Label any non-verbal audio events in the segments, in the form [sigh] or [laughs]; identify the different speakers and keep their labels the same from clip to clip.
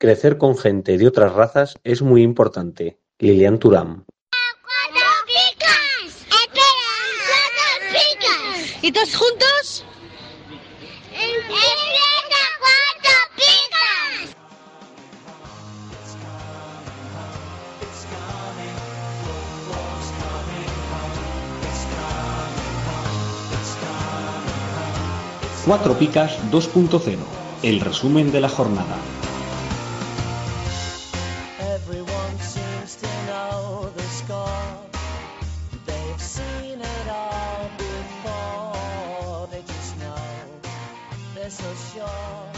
Speaker 1: Crecer con gente de otras razas es muy importante. Lilian Turam.
Speaker 2: ¡No picas! ¡Espera! ¡No picas!
Speaker 3: ¿Y todos juntos?
Speaker 2: ¡Empieza cuando picas!
Speaker 4: Cuatro Picas 2.0. El resumen de la jornada.
Speaker 5: Everyone seems to know the score. They've seen it all before. They just know they're so sure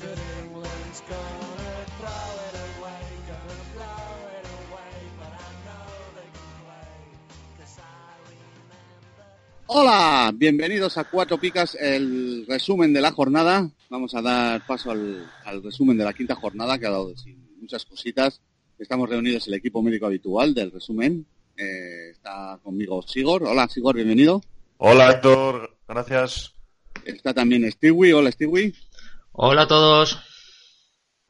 Speaker 5: that England's gonna throw it away, gonna blow it away. But I know they can play, 'cause I remember.
Speaker 6: Hola, bienvenidos a Cuatro Picas, el resumen de la jornada. Vamos a dar paso al, al resumen de la quinta jornada que ha dado de sí muchas cositas. Estamos reunidos el equipo médico habitual del resumen. Eh, está conmigo Sigor. Hola Sigor, bienvenido.
Speaker 7: Hola Héctor, gracias.
Speaker 6: Está también Stewie. Hola Stewie.
Speaker 8: Hola a todos.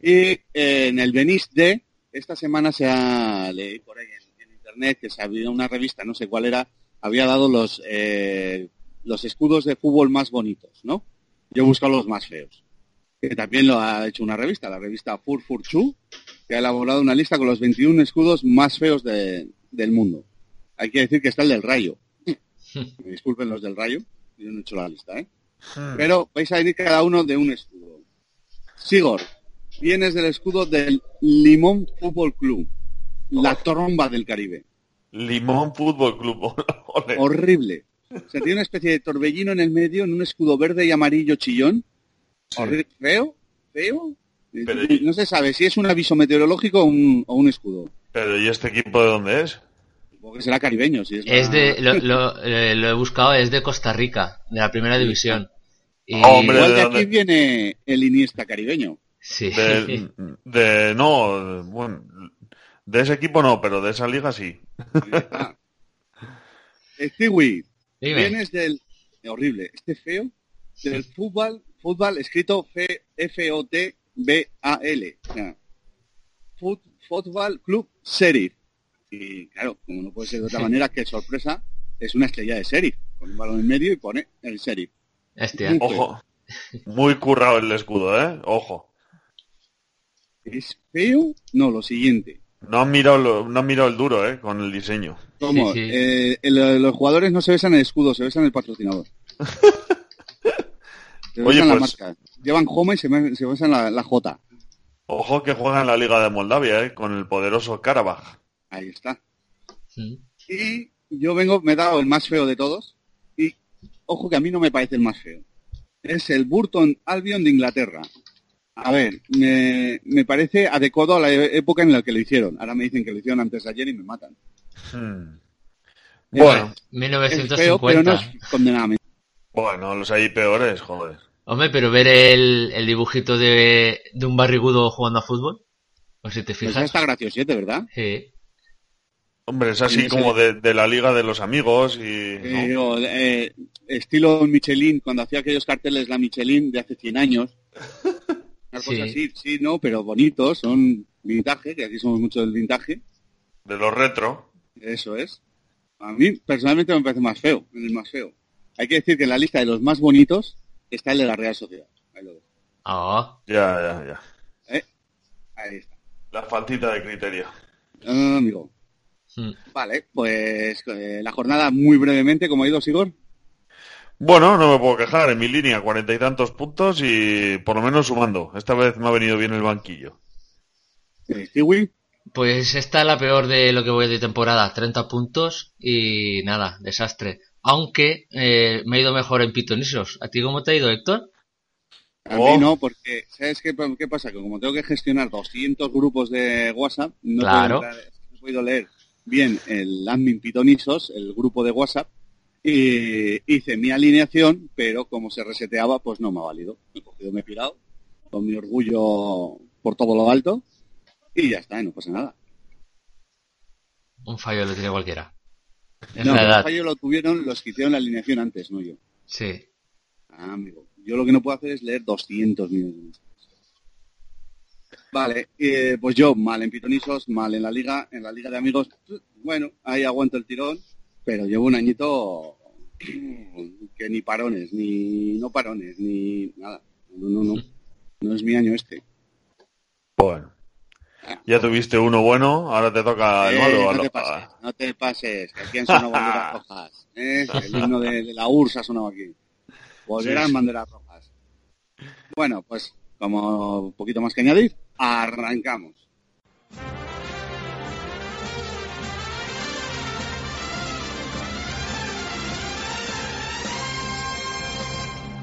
Speaker 6: Y eh, en el Venice de esta semana se ha leí por ahí en, en internet que se había una revista, no sé cuál era, había dado los eh, los escudos de fútbol más bonitos, ¿no? Yo he buscado los más feos. Que también lo ha hecho una revista, la revista Furfurchu, que ha elaborado una lista con los 21 escudos más feos de- del mundo. Hay que decir que está el del rayo.
Speaker 8: [laughs]
Speaker 6: Me disculpen los del rayo, yo no he hecho la lista, ¿eh?
Speaker 7: Mm.
Speaker 6: Pero vais a venir cada uno de un escudo. Sigor, vienes del escudo del Limón Fútbol Club, la tromba del Caribe.
Speaker 7: Limón Fútbol Club. [laughs] Ole.
Speaker 6: Horrible. O sea, tiene una especie de torbellino en el medio, en un escudo verde y amarillo chillón. Horrible. Feo, feo. Eh,
Speaker 7: Pero-
Speaker 6: No se sabe si es un aviso meteorológico o un, o un escudo.
Speaker 7: Pero ¿y este equipo de dónde es?
Speaker 6: Supongo que será caribeño. Si es, la-
Speaker 8: Es de, lo, lo- eh, lo he buscado, es de Costa Rica, de la primera división. Y-
Speaker 6: Ah,
Speaker 7: Hombre.
Speaker 6: Igual de
Speaker 7: ¿De
Speaker 6: aquí
Speaker 7: dónde?
Speaker 6: viene el iniesta caribeño.
Speaker 7: [laughs]
Speaker 8: Sí.
Speaker 6: [laughs]
Speaker 8: [laughs]
Speaker 7: De, de- no, bueno, de ese equipo no, pero de esa liga sí.
Speaker 6: Ah. Eh, Stewie,
Speaker 8: Dime.
Speaker 6: vienes del... Horrible, este feo. Del fútbol, fútbol escrito F- F-O-T-B-A-L. o sea, Fut- Fútbol Club Sheriff. Y claro, como no puede ser de otra manera, que sorpresa, es una estrella de Sheriff. Con un balón en medio y pone el Sheriff.
Speaker 8: Hostia.
Speaker 6: Un-
Speaker 7: Ojo. Muy currado el escudo, ¿eh? Ojo.
Speaker 6: ¿Es feo? No, lo siguiente.
Speaker 7: No han mirado, lo- no han mirado el duro, ¿eh? Con el diseño.
Speaker 6: Como
Speaker 8: Sí, sí.
Speaker 6: eh, el- los jugadores no se besan el escudo, se besan el
Speaker 8: [laughs]
Speaker 6: patrocinador. se besan
Speaker 7: Oye,
Speaker 6: la
Speaker 7: pues-
Speaker 6: marca. Llevan Joma y se, me- se besan la, la J.
Speaker 7: Ojo que juega en la Liga de Moldavia, ¿eh? Con el poderoso Karabaj.
Speaker 6: Ahí está.
Speaker 8: Mm.
Speaker 6: Y yo vengo, me he dado el más feo de todos. Y ojo que a mí no me parece el más feo. Es el Burton Albion de Inglaterra. A ver, me, me parece adecuado a la e- época en la que lo hicieron. Ahora me dicen que lo hicieron antes de ayer y me matan.
Speaker 7: Hmm.
Speaker 6: Es-
Speaker 7: Bueno,
Speaker 6: es feo, pero no
Speaker 8: 1950.
Speaker 6: es condenable.
Speaker 7: bueno, los hay peores, joder.
Speaker 8: Hombre, pero ver el, el dibujito de, de un barrigudo jugando a fútbol. O si te
Speaker 6: Pues
Speaker 8: fijas.
Speaker 6: está graciosete, ¿verdad?
Speaker 8: Sí.
Speaker 7: Hombre, es así
Speaker 6: Sí,
Speaker 7: como
Speaker 6: sí.
Speaker 7: de, de la Liga de los Amigos y...
Speaker 6: Eh, digo, eh, estilo Michelin, cuando hacía aquellos carteles la Michelin de hace 100 años. Una cosa
Speaker 8: Sí.
Speaker 6: así, sí, no, pero bonitos, son vintage, que aquí somos mucho del vintage,
Speaker 7: De los retro.
Speaker 6: eso es. A mí personalmente me parece más feo, el más feo. Hay que decir que en la lista de los más bonitos está el de la Real Sociedad. Ahí, lo dejo.
Speaker 8: Ah,
Speaker 7: Ya, ya, ya.
Speaker 6: Ahí está.
Speaker 7: La faltita de criterio.
Speaker 6: Ah, amigo.
Speaker 8: mm.
Speaker 6: Vale, pues eh, la jornada muy brevemente, como ha ido Sigor.
Speaker 7: Bueno, no me puedo quejar. En mi línea, cuarenta y tantos puntos y por lo menos sumando. Esta vez me ha venido bien el banquillo.
Speaker 6: Eh, Kiwi,
Speaker 8: Pues esta es la peor de lo que voy de temporada, 30 puntos y nada, desastre. Aunque eh, me he ido mejor en pitonisos. ¿A ti cómo te ha ido, Héctor?
Speaker 6: A
Speaker 7: Oh.
Speaker 6: mí no, porque, ¿sabes qué, pa- qué pasa? Que como tengo que gestionar 200 grupos de WhatsApp, no, puedo
Speaker 8: Claro.
Speaker 6: entrar- no he podido leer bien el admin pitonisos, el grupo de WhatsApp, y hice mi alineación, pero como se reseteaba, pues no me ha valido. Me he cogido, me he pirado, con mi orgullo por todo lo alto, y ya está, y no pasa nada.
Speaker 8: Un fallo lo tiene cualquiera. Es
Speaker 6: No,
Speaker 8: la
Speaker 6: pero el
Speaker 8: edad.
Speaker 6: fallo lo tuvieron los que hicieron la alineación antes, no yo.
Speaker 8: Sí.
Speaker 6: Ah, amigo. Yo lo que no puedo hacer es leer 200 millones de mensajes. Vale, eh, pues yo mal en pitonisos, mal en la liga, en la liga de amigos. Bueno, ahí aguanto el tirón, pero llevo un añito que ni parones, ni no parones, ni nada. No, no, no. No es mi año este.
Speaker 7: Bueno. Ya tuviste uno bueno, ahora te toca el
Speaker 6: Eh,
Speaker 7: malo. a
Speaker 6: no
Speaker 7: Ah, lo-
Speaker 6: te pases, no te pases, que aquí han sonado banderas rojas.
Speaker 7: [laughs]
Speaker 6: ¿eh? El himno de, de la URSS ha sonado aquí. Volverán
Speaker 7: Sí, sí.
Speaker 6: banderas rojas. Bueno, pues como un poquito más que añadir, arrancamos.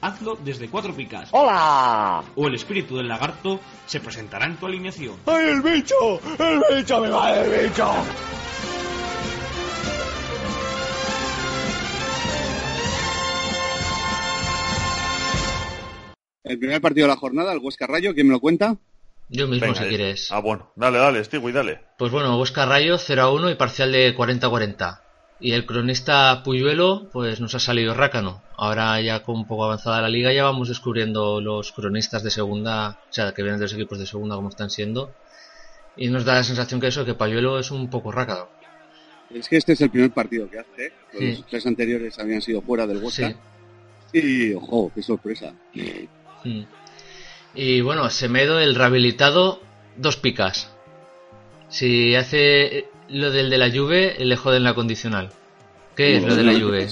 Speaker 3: hazlo desde Cuatro Picas
Speaker 9: ¡Hola!
Speaker 3: o el espíritu del lagarto se presentará en tu alineación.
Speaker 9: ¡Ay, el bicho! ¡El bicho me va, el bicho!
Speaker 6: El primer partido de la jornada, el Huesca Rayo, ¿quién me lo cuenta?
Speaker 8: Yo mismo,
Speaker 7: Venga,
Speaker 8: si
Speaker 7: eh.
Speaker 8: quieres.
Speaker 7: Ah, bueno. Dale, dale, Stewie, dale.
Speaker 8: Pues bueno, Huesca Rayo 0 a 1 y parcial de 40 a 40. Y el cronista Puyuelo, pues nos ha salido rácano. Ahora ya con un poco avanzada la liga ya vamos descubriendo los cronistas de segunda, o sea, que vienen de los equipos de segunda como están siendo. Y nos da la sensación que eso, que Puyuelo es un poco rácano.
Speaker 6: Es que este es el primer partido que hace. ¿eh? Los
Speaker 8: Sí.
Speaker 6: tres anteriores habían sido fuera del
Speaker 8: Sí.
Speaker 6: Huesca. Y, ojo, qué sorpresa.
Speaker 8: Mm. Y bueno, Semedo, el rehabilitado, dos picas. Si hace eh, lo del de la lluvia, le joden la condicional. ¿Qué es lo de la lluvia?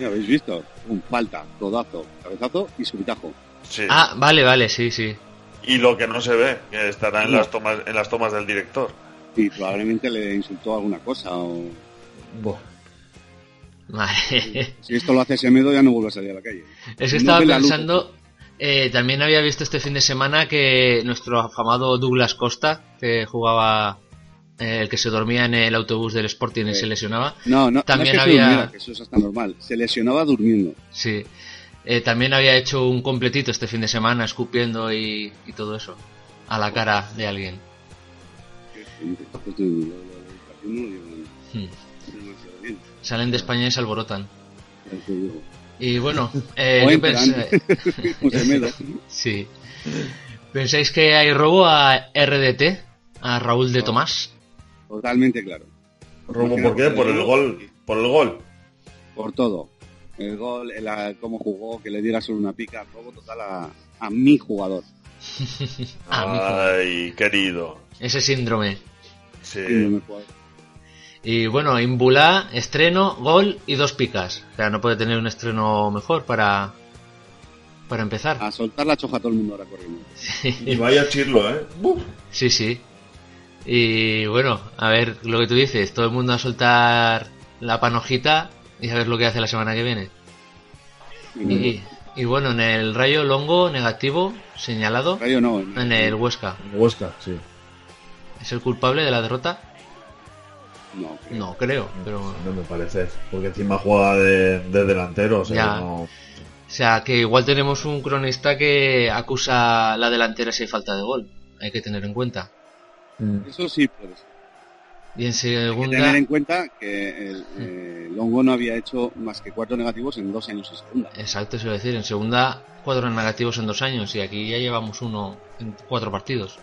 Speaker 6: Ya habéis visto, un falta, codazo, cabezazo y subitajo.
Speaker 7: Sí.
Speaker 8: Ah, vale, vale, sí, sí.
Speaker 7: Y lo que no se ve, que estará en
Speaker 6: No.
Speaker 7: las tomas, en las tomas del director.
Speaker 6: Y probablemente le insultó alguna cosa. O...
Speaker 8: [laughs] Vale. [laughs]
Speaker 6: Si esto lo hace Semedo ya no vuelve a salir a la calle.
Speaker 8: Es
Speaker 6: No
Speaker 8: que estaba
Speaker 6: ve la luz.
Speaker 8: pensando, eh, también había visto este fin de semana que nuestro afamado Douglas Costa, que jugaba, eh, el que se dormía en el autobús del Sporting y
Speaker 6: Sí.
Speaker 8: se lesionaba,
Speaker 6: No, no,
Speaker 8: También
Speaker 6: no es que se
Speaker 8: había-
Speaker 6: durmiera, que eso es hasta normal. Se lesionaba durmiendo.
Speaker 8: sí, Eh, también había hecho un completito este fin de semana escupiendo y, y todo eso a la cara de alguien.
Speaker 6: Esto de la educación no lo llevo bien.
Speaker 8: Hmm.
Speaker 6: No lo llevo bien,
Speaker 8: Salen de España y se alborotan.
Speaker 6: ya te digo.
Speaker 8: Y bueno, eh,
Speaker 6: O
Speaker 8: ¿qué
Speaker 6: entran.
Speaker 8: pensáis?
Speaker 6: Con Semedo.
Speaker 8: Sí. ¿Pensáis que hay robo a RDT? A Raúl de Tomás.
Speaker 6: Totalmente claro.
Speaker 7: ¿Robo por qué? Por el gol. Por el gol.
Speaker 6: Por todo. El gol, el, ah, cómo jugó, que le diera solo una pica, robo total a, a mi jugador.
Speaker 8: Ah, mijo.
Speaker 7: Ay, querido.
Speaker 8: Ese síndrome.
Speaker 6: Y
Speaker 7: Sí.
Speaker 6: me jugó-
Speaker 8: Y bueno, Imbulá, estreno, gol y dos picas. O sea, no puede tener un estreno mejor para, para empezar. [laughs]
Speaker 6: A soltar la choja a todo el mundo ahora corriendo.
Speaker 7: Y vaya chirlo, ¿eh?
Speaker 8: Sí, sí. Y bueno, a ver lo que tú dices. Todo el mundo a soltar la panojita y a ver lo que hace la semana que viene. Y, y bueno, en el rayo Longo, negativo, señalado.
Speaker 6: Radio no.
Speaker 8: En el Huesca.
Speaker 10: Huesca, sí.
Speaker 8: ¿Es el culpable de la derrota?
Speaker 6: No, creo.
Speaker 8: No, creo. Pero, o
Speaker 10: No me parece.
Speaker 7: Porque encima juega de, de delantero, o sea,
Speaker 8: Ya.
Speaker 7: no-
Speaker 8: sea, que igual tenemos un cronista que acusa la delantera si hay falta de gol. Hay que tener en cuenta.
Speaker 6: Eso sí puede ser.
Speaker 8: Y en
Speaker 6: Hay que
Speaker 8: segunda.
Speaker 6: tener en cuenta que
Speaker 8: Mm.
Speaker 6: el, eh, Longo no había hecho más que cuatro negativos en dos años en segunda.
Speaker 8: Exacto, eso iba a decir. En segunda, cuatro negativos en dos años. Y aquí ya llevamos uno en cuatro partidos.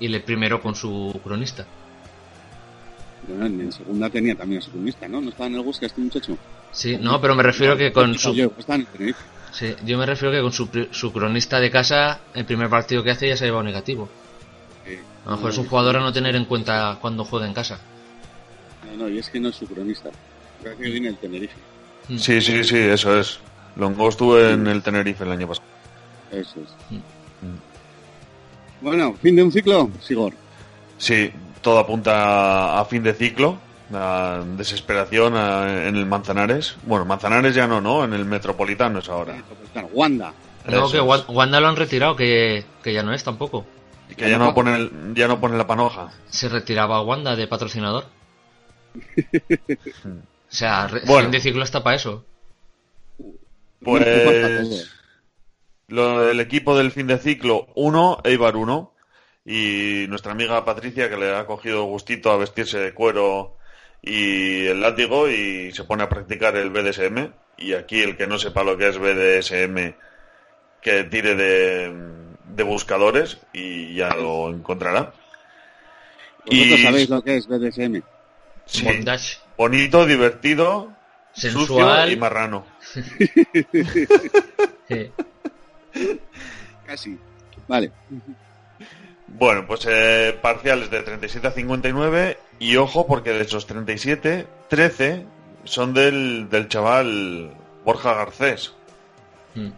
Speaker 8: Y el primero con su cronista.
Speaker 6: Bueno, en, en segunda tenía también a su columnista, ¿no? No estaba en el Huesca este muchacho.
Speaker 8: Sí, no, pero me refiero que con su...
Speaker 6: Yo, estaba en el Tenerife.
Speaker 8: Sí, yo me refiero que con su, pri- su cronista de casa, el primer partido que hace ya se ha llevado negativo.
Speaker 6: Eh,
Speaker 8: A lo mejor es un jugador a no tener en cuenta cuando juega en casa.
Speaker 6: No, no, y es que no es su cronista. Creo que viene el Tenerife.
Speaker 8: Mm.
Speaker 7: Sí, sí, sí, eso es. Longo estuvo en el Tenerife el año pasado.
Speaker 6: Eso es.
Speaker 8: Mm.
Speaker 6: Bueno, fin de un ciclo, Sigor.
Speaker 7: Sí, todo apunta a fin de ciclo, a desesperación a- en el Manzanares. Bueno, Manzanares ya no, ¿no? En el Metropolitano es ahora.
Speaker 6: Metropolitano, Wanda.
Speaker 8: No,
Speaker 7: Eso
Speaker 8: que
Speaker 7: es.
Speaker 8: Wa- Wanda lo han retirado, que, que ya no es tampoco.
Speaker 7: Que ya no, pone el- ya no pone la panoja.
Speaker 8: Se retiraba Wanda de
Speaker 7: [laughs]
Speaker 8: patrocinador. O sea, re-
Speaker 7: Bueno.
Speaker 8: fin de ciclo está para eso.
Speaker 6: No te falta todo.
Speaker 7: Pues lo, el equipo del fin de ciclo 1, Eibar 1. Y nuestra amiga Patricia, que le ha cogido gustito a vestirse de cuero y el látigo y se pone a practicar el BDSM. Y aquí el que no sepa lo que es BDSM, que tire de, de buscadores y ya lo encontrará.
Speaker 6: Vosotros
Speaker 7: Y-
Speaker 6: sabéis lo que es BDSM.
Speaker 7: Sí,
Speaker 8: Bondage,
Speaker 7: bonito, divertido,
Speaker 8: sensual.
Speaker 7: sucio y marrano.
Speaker 8: sí.
Speaker 6: Casi. Vale.
Speaker 7: Bueno, pues eh, parciales de 37 a 59 y ojo porque de esos 37, 13 son del, del chaval Borja Garcés,
Speaker 8: Mm.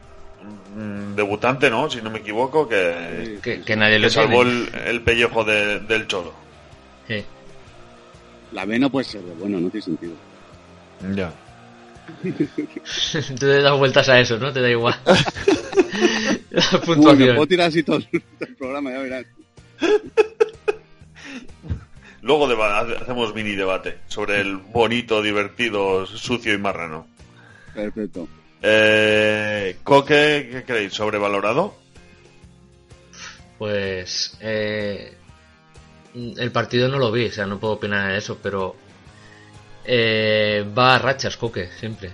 Speaker 7: un debutante, ¿no? Si no me equivoco,
Speaker 6: Eh,
Speaker 7: que,
Speaker 8: Que, que nadie
Speaker 7: que
Speaker 8: lo
Speaker 7: salvó
Speaker 8: tiene.
Speaker 7: el, el pellejo de- del cholo.
Speaker 8: Sí. [laughs]
Speaker 6: La B no puede ser de bueno, no tiene sentido.
Speaker 7: Ya.
Speaker 8: Tú le das vueltas a eso, ¿no? Te da
Speaker 6: [laughs]
Speaker 8: igual. La
Speaker 6: Uy, me
Speaker 8: puntuación.
Speaker 6: puedo tirar así todo el [laughs] el programa, ya verás.
Speaker 7: Luego deba- hacemos mini debate sobre el bonito, divertido, sucio y marrano.
Speaker 6: Perfecto.
Speaker 7: Eh, Coque, ¿qué creéis? ¿Sobrevalorado?
Speaker 8: Pues eh, el partido no lo vi, o sea, no puedo opinar de eso, pero eh, va a rachas, Coque, siempre.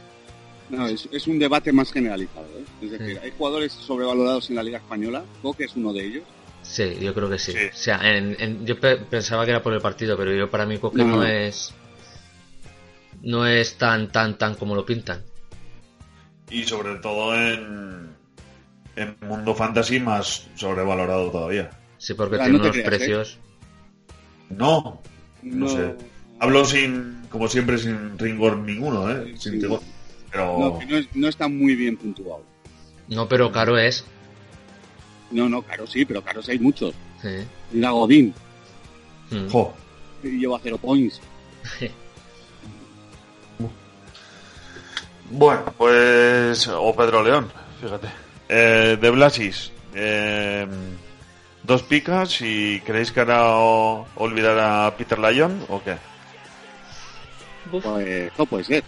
Speaker 6: No, es, es un debate más generalizado. ¿eh? Es decir,
Speaker 8: Sí.
Speaker 6: hay jugadores sobrevalorados en la Liga Española. Coque es uno de ellos.
Speaker 8: Sí, yo creo que sí.
Speaker 7: Sí.
Speaker 8: O sea, en- en- yo pe- pensaba que era por el partido, pero yo para mí Coque
Speaker 6: No,
Speaker 8: no,
Speaker 6: no.
Speaker 8: es no es tan tan tan como lo pintan.
Speaker 7: y sobre todo en, en mundo fantasy más sobrevalorado todavía.
Speaker 8: Sí, porque
Speaker 6: Ah,
Speaker 8: tiene
Speaker 6: no te
Speaker 8: unos
Speaker 6: creas, ¿eh?
Speaker 8: precios.
Speaker 7: No, No sé. hablo sin, como siempre, sin rigor ninguno, ¿eh?
Speaker 6: Sí,
Speaker 7: Sin
Speaker 6: sí.
Speaker 7: rigor. Pero
Speaker 6: No, que no, es- no está muy bien puntuado.
Speaker 8: No, pero caro es.
Speaker 6: No, no, claro sí, pero claro sí hay muchos.
Speaker 8: Sí.
Speaker 6: Mira Godín,
Speaker 8: Mm.
Speaker 7: jo,
Speaker 6: que lleva cero points.
Speaker 8: [laughs]
Speaker 7: Bueno, pues. O Pedro León, fíjate. Eh, de Blasis. eh, dos picas y creéis que hará o- olvidar a Peter Lyon o qué?
Speaker 8: Uf.
Speaker 6: Pues no puede ser.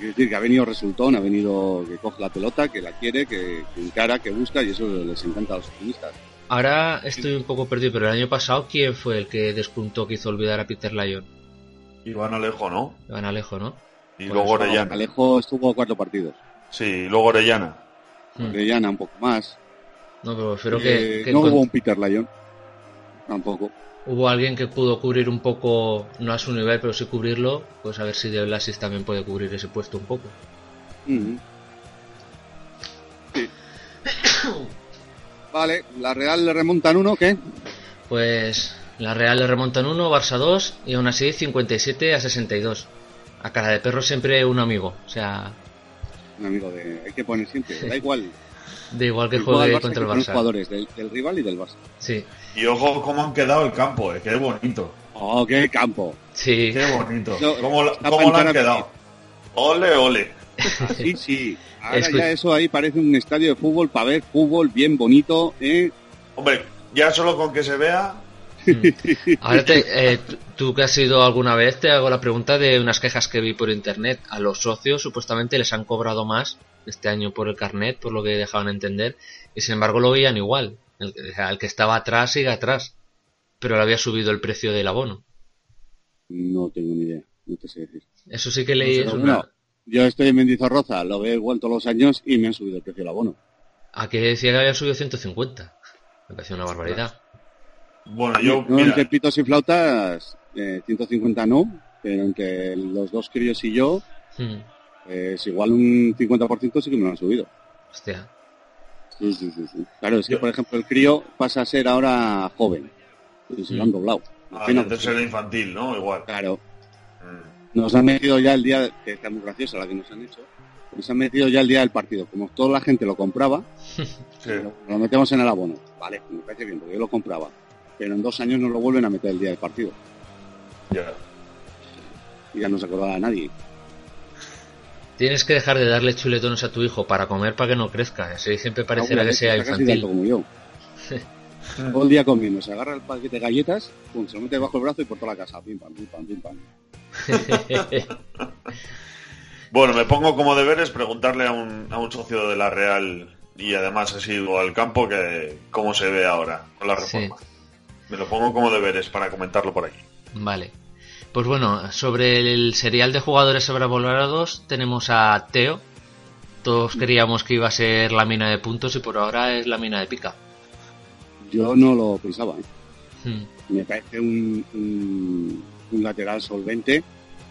Speaker 6: Es decir, que ha venido resultón, ha venido que coge la pelota, que la quiere, que, que encara, que busca y eso les encanta a los optimistas.
Speaker 8: Ahora estoy un poco perdido, pero el año pasado quién fue el que despuntó que hizo olvidar a Peter Lyon?
Speaker 7: Iván Alejo, ¿no?
Speaker 8: Iván Alejo, ¿no?
Speaker 7: Y
Speaker 8: Pues,
Speaker 7: luego Orellana.
Speaker 6: Alejo estuvo cuatro partidos.
Speaker 7: Sí, y luego Orellana.
Speaker 8: Mm.
Speaker 6: Orellana un poco más.
Speaker 8: No, pero espero
Speaker 6: Eh,
Speaker 8: que, que
Speaker 6: no
Speaker 8: encont-
Speaker 6: hubo un Peter Lyon. Tampoco.
Speaker 8: hubo alguien que pudo cubrir un poco, no a su nivel, pero sí cubrirlo, pues a ver si De Blasis también puede cubrir ese puesto un poco.
Speaker 6: Ujú. Sí. [coughs] Vale, la Real le remontan uno, ¿qué?
Speaker 8: Pues la Real le remontan 1, Barça 2 y aún así 57 a 62. A cara de perro siempre un amigo, o sea,
Speaker 6: Un amigo de... Hay que poner siempre, da igual.
Speaker 8: da igual que
Speaker 6: El juego del
Speaker 8: juegue
Speaker 6: Barça,
Speaker 8: contra
Speaker 6: que
Speaker 8: el
Speaker 6: son los
Speaker 8: Barça.
Speaker 6: jugadores del, del rival y del Barça.
Speaker 8: Sí,
Speaker 7: Y ojo cómo han quedado el campo, ¿eh? Qué bonito.
Speaker 6: ¡Oh, qué campo!
Speaker 8: sí,
Speaker 7: Qué bonito.
Speaker 6: No,
Speaker 7: ¿Cómo, la-
Speaker 6: está
Speaker 7: cómo la han
Speaker 6: pantalla
Speaker 7: quedado? Ole, ole.
Speaker 6: Sí, sí. Ahora
Speaker 8: Escucha.
Speaker 6: ya eso ahí parece un estadio de fútbol para ver fútbol bien bonito, ¿eh?
Speaker 7: Hombre, ya solo con que se vea.
Speaker 8: Mm. Ahora te- eh, t- tú que has ido alguna vez, te hago la pregunta de unas quejas que vi por internet. A los socios supuestamente les han cobrado más este año por el carnet, por lo que dejaban entender, y sin embargo lo veían igual. El, o sea, el que estaba atrás sigue atrás, pero le había subido el precio del abono.
Speaker 6: No tengo ni idea, no te sé decir.
Speaker 8: Eso sí que leí.
Speaker 6: No
Speaker 8: es
Speaker 6: sé,
Speaker 8: una-
Speaker 6: no. Yo estoy en Mendizorroza, lo veo igual todos los años y me han subido el precio del abono.
Speaker 8: Aquí decía que había subido 150. Me pareció una barbaridad.
Speaker 7: Bueno, yo,
Speaker 6: Ah, no,
Speaker 7: mira,
Speaker 6: entre pitos y flautas, eh, 150 no, pero entre los dos críos y yo,
Speaker 8: Hmm,
Speaker 6: pues igual un 50% sí que me lo han subido.
Speaker 8: Hostia.
Speaker 6: Sí, sí, sí, sí. Claro, es que por ejemplo el crío pasa a ser ahora joven. Y se lo han doblado.
Speaker 7: Ah,
Speaker 6: Imagino.
Speaker 7: antes era infantil, ¿no? Igual.
Speaker 6: Claro.
Speaker 7: Mm.
Speaker 6: Nos han metido ya el día, que está muy graciosa la que nos han hecho, nos han metido ya el día del partido. Como toda la gente lo compraba,
Speaker 7: Sí.
Speaker 6: lo, lo metemos en el abono. Vale, me parece bien, porque yo lo compraba. Pero en dos años no lo vuelven a meter el día del partido.
Speaker 7: Ya.
Speaker 6: Y ya no se acordaba nadie.
Speaker 8: Tienes que dejar de darle chuletones a tu hijo para comer para que no crezca. Así siempre parecerá
Speaker 6: Aún
Speaker 8: que
Speaker 6: así,
Speaker 8: sea
Speaker 6: está casi tanto como
Speaker 8: infantil. [laughs]
Speaker 6: yo. Todo el día comiendo, se agarra el paquete de galletas, pum, se lo mete bajo el brazo y por toda la casa. Pim, pam, pim, pam, pim, pam.
Speaker 7: Bueno, me pongo como deberes preguntarle a un, a un socio de la Real y además ha sido al campo que cómo se ve ahora con la
Speaker 8: Sí.
Speaker 7: reforma. Me lo pongo como deberes para comentarlo por aquí.
Speaker 8: Vale. Pues bueno, sobre el serial de jugadores sobrevalorados tenemos a Teo. Todos queríamos que iba a ser la mina de puntos y por ahora es la mina de pica.
Speaker 6: Yo no lo pensaba. ¿eh?
Speaker 8: Hmm,
Speaker 6: Me parece un, un- un lateral solvente,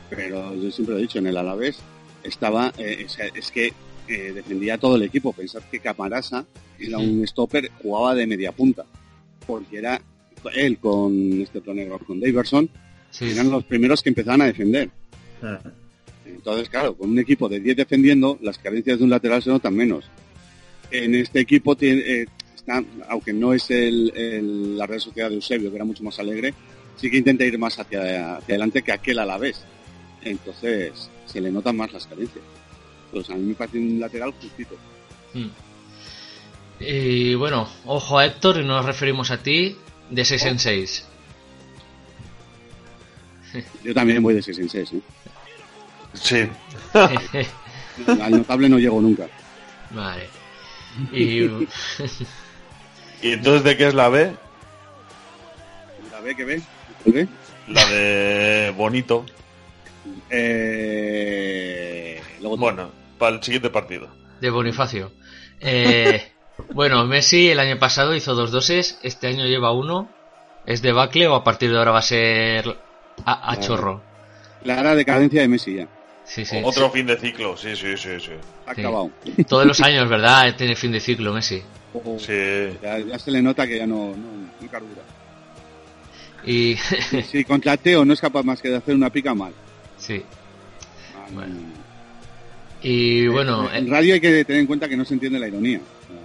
Speaker 6: pero yo siempre lo he dicho, en el Alavés estaba, eh, o sea, es que eh, defendía a todo el equipo. Pensad que Camarasa era un stopper, jugaba de media punta, porque era él con este otro negro, con Daverson,
Speaker 8: sí.
Speaker 6: eran los primeros que empezaban a defender. Mm. Entonces, claro, con un equipo de 10 defendiendo, las carencias de un lateral se notan menos. En este equipo, tiene, eh, está, aunque no es el, el- la red sociedad de Eusebio, que era mucho más alegre, sí que intenta ir más hacia, hacia adelante que aquel a la vez. Entonces, se le notan más las carencias. Pues a mí me parece un lateral justito.
Speaker 8: Hmm. Y bueno, ojo a Héctor y no nos referimos a ti de 6 en 6.
Speaker 6: Yo también voy de 6 en 6. ¿eh?
Speaker 7: Sí.
Speaker 6: Al notable no llego nunca.
Speaker 8: [laughs] vale. Y
Speaker 7: ¿Y entonces de qué es la B?
Speaker 6: ¿La ve que ve? ¿La ve?
Speaker 7: La de bonito.
Speaker 6: Eh, luego-
Speaker 7: Bueno, para el siguiente partido.
Speaker 8: de Bonifacio. Eh, bueno, Messi el año pasado hizo dos doses, este año lleva uno. ¿Es debacle o a partir de ahora va a ser a, a chorro?
Speaker 6: Clara decadencia de Messi ya.
Speaker 8: Sí, sí.
Speaker 7: Otro fin de ciclo, sí, sí, sí, sí.
Speaker 6: Ha
Speaker 8: Sí.
Speaker 6: acabado.
Speaker 8: Todos los años, ¿verdad? Tiene fin de ciclo Messi.
Speaker 7: Sí.
Speaker 6: Ya, ya se le nota que ya no, no, no carbura.
Speaker 8: Y [laughs]
Speaker 6: Si contra Teo no es capaz más que de hacer una pica mal.
Speaker 8: sí.
Speaker 6: Ah,
Speaker 8: Bueno,
Speaker 6: no.
Speaker 8: Y
Speaker 6: Eh,
Speaker 8: bueno,
Speaker 6: en [laughs]
Speaker 8: eh,
Speaker 6: radio hay que tener en cuenta que no se entiende la ironía.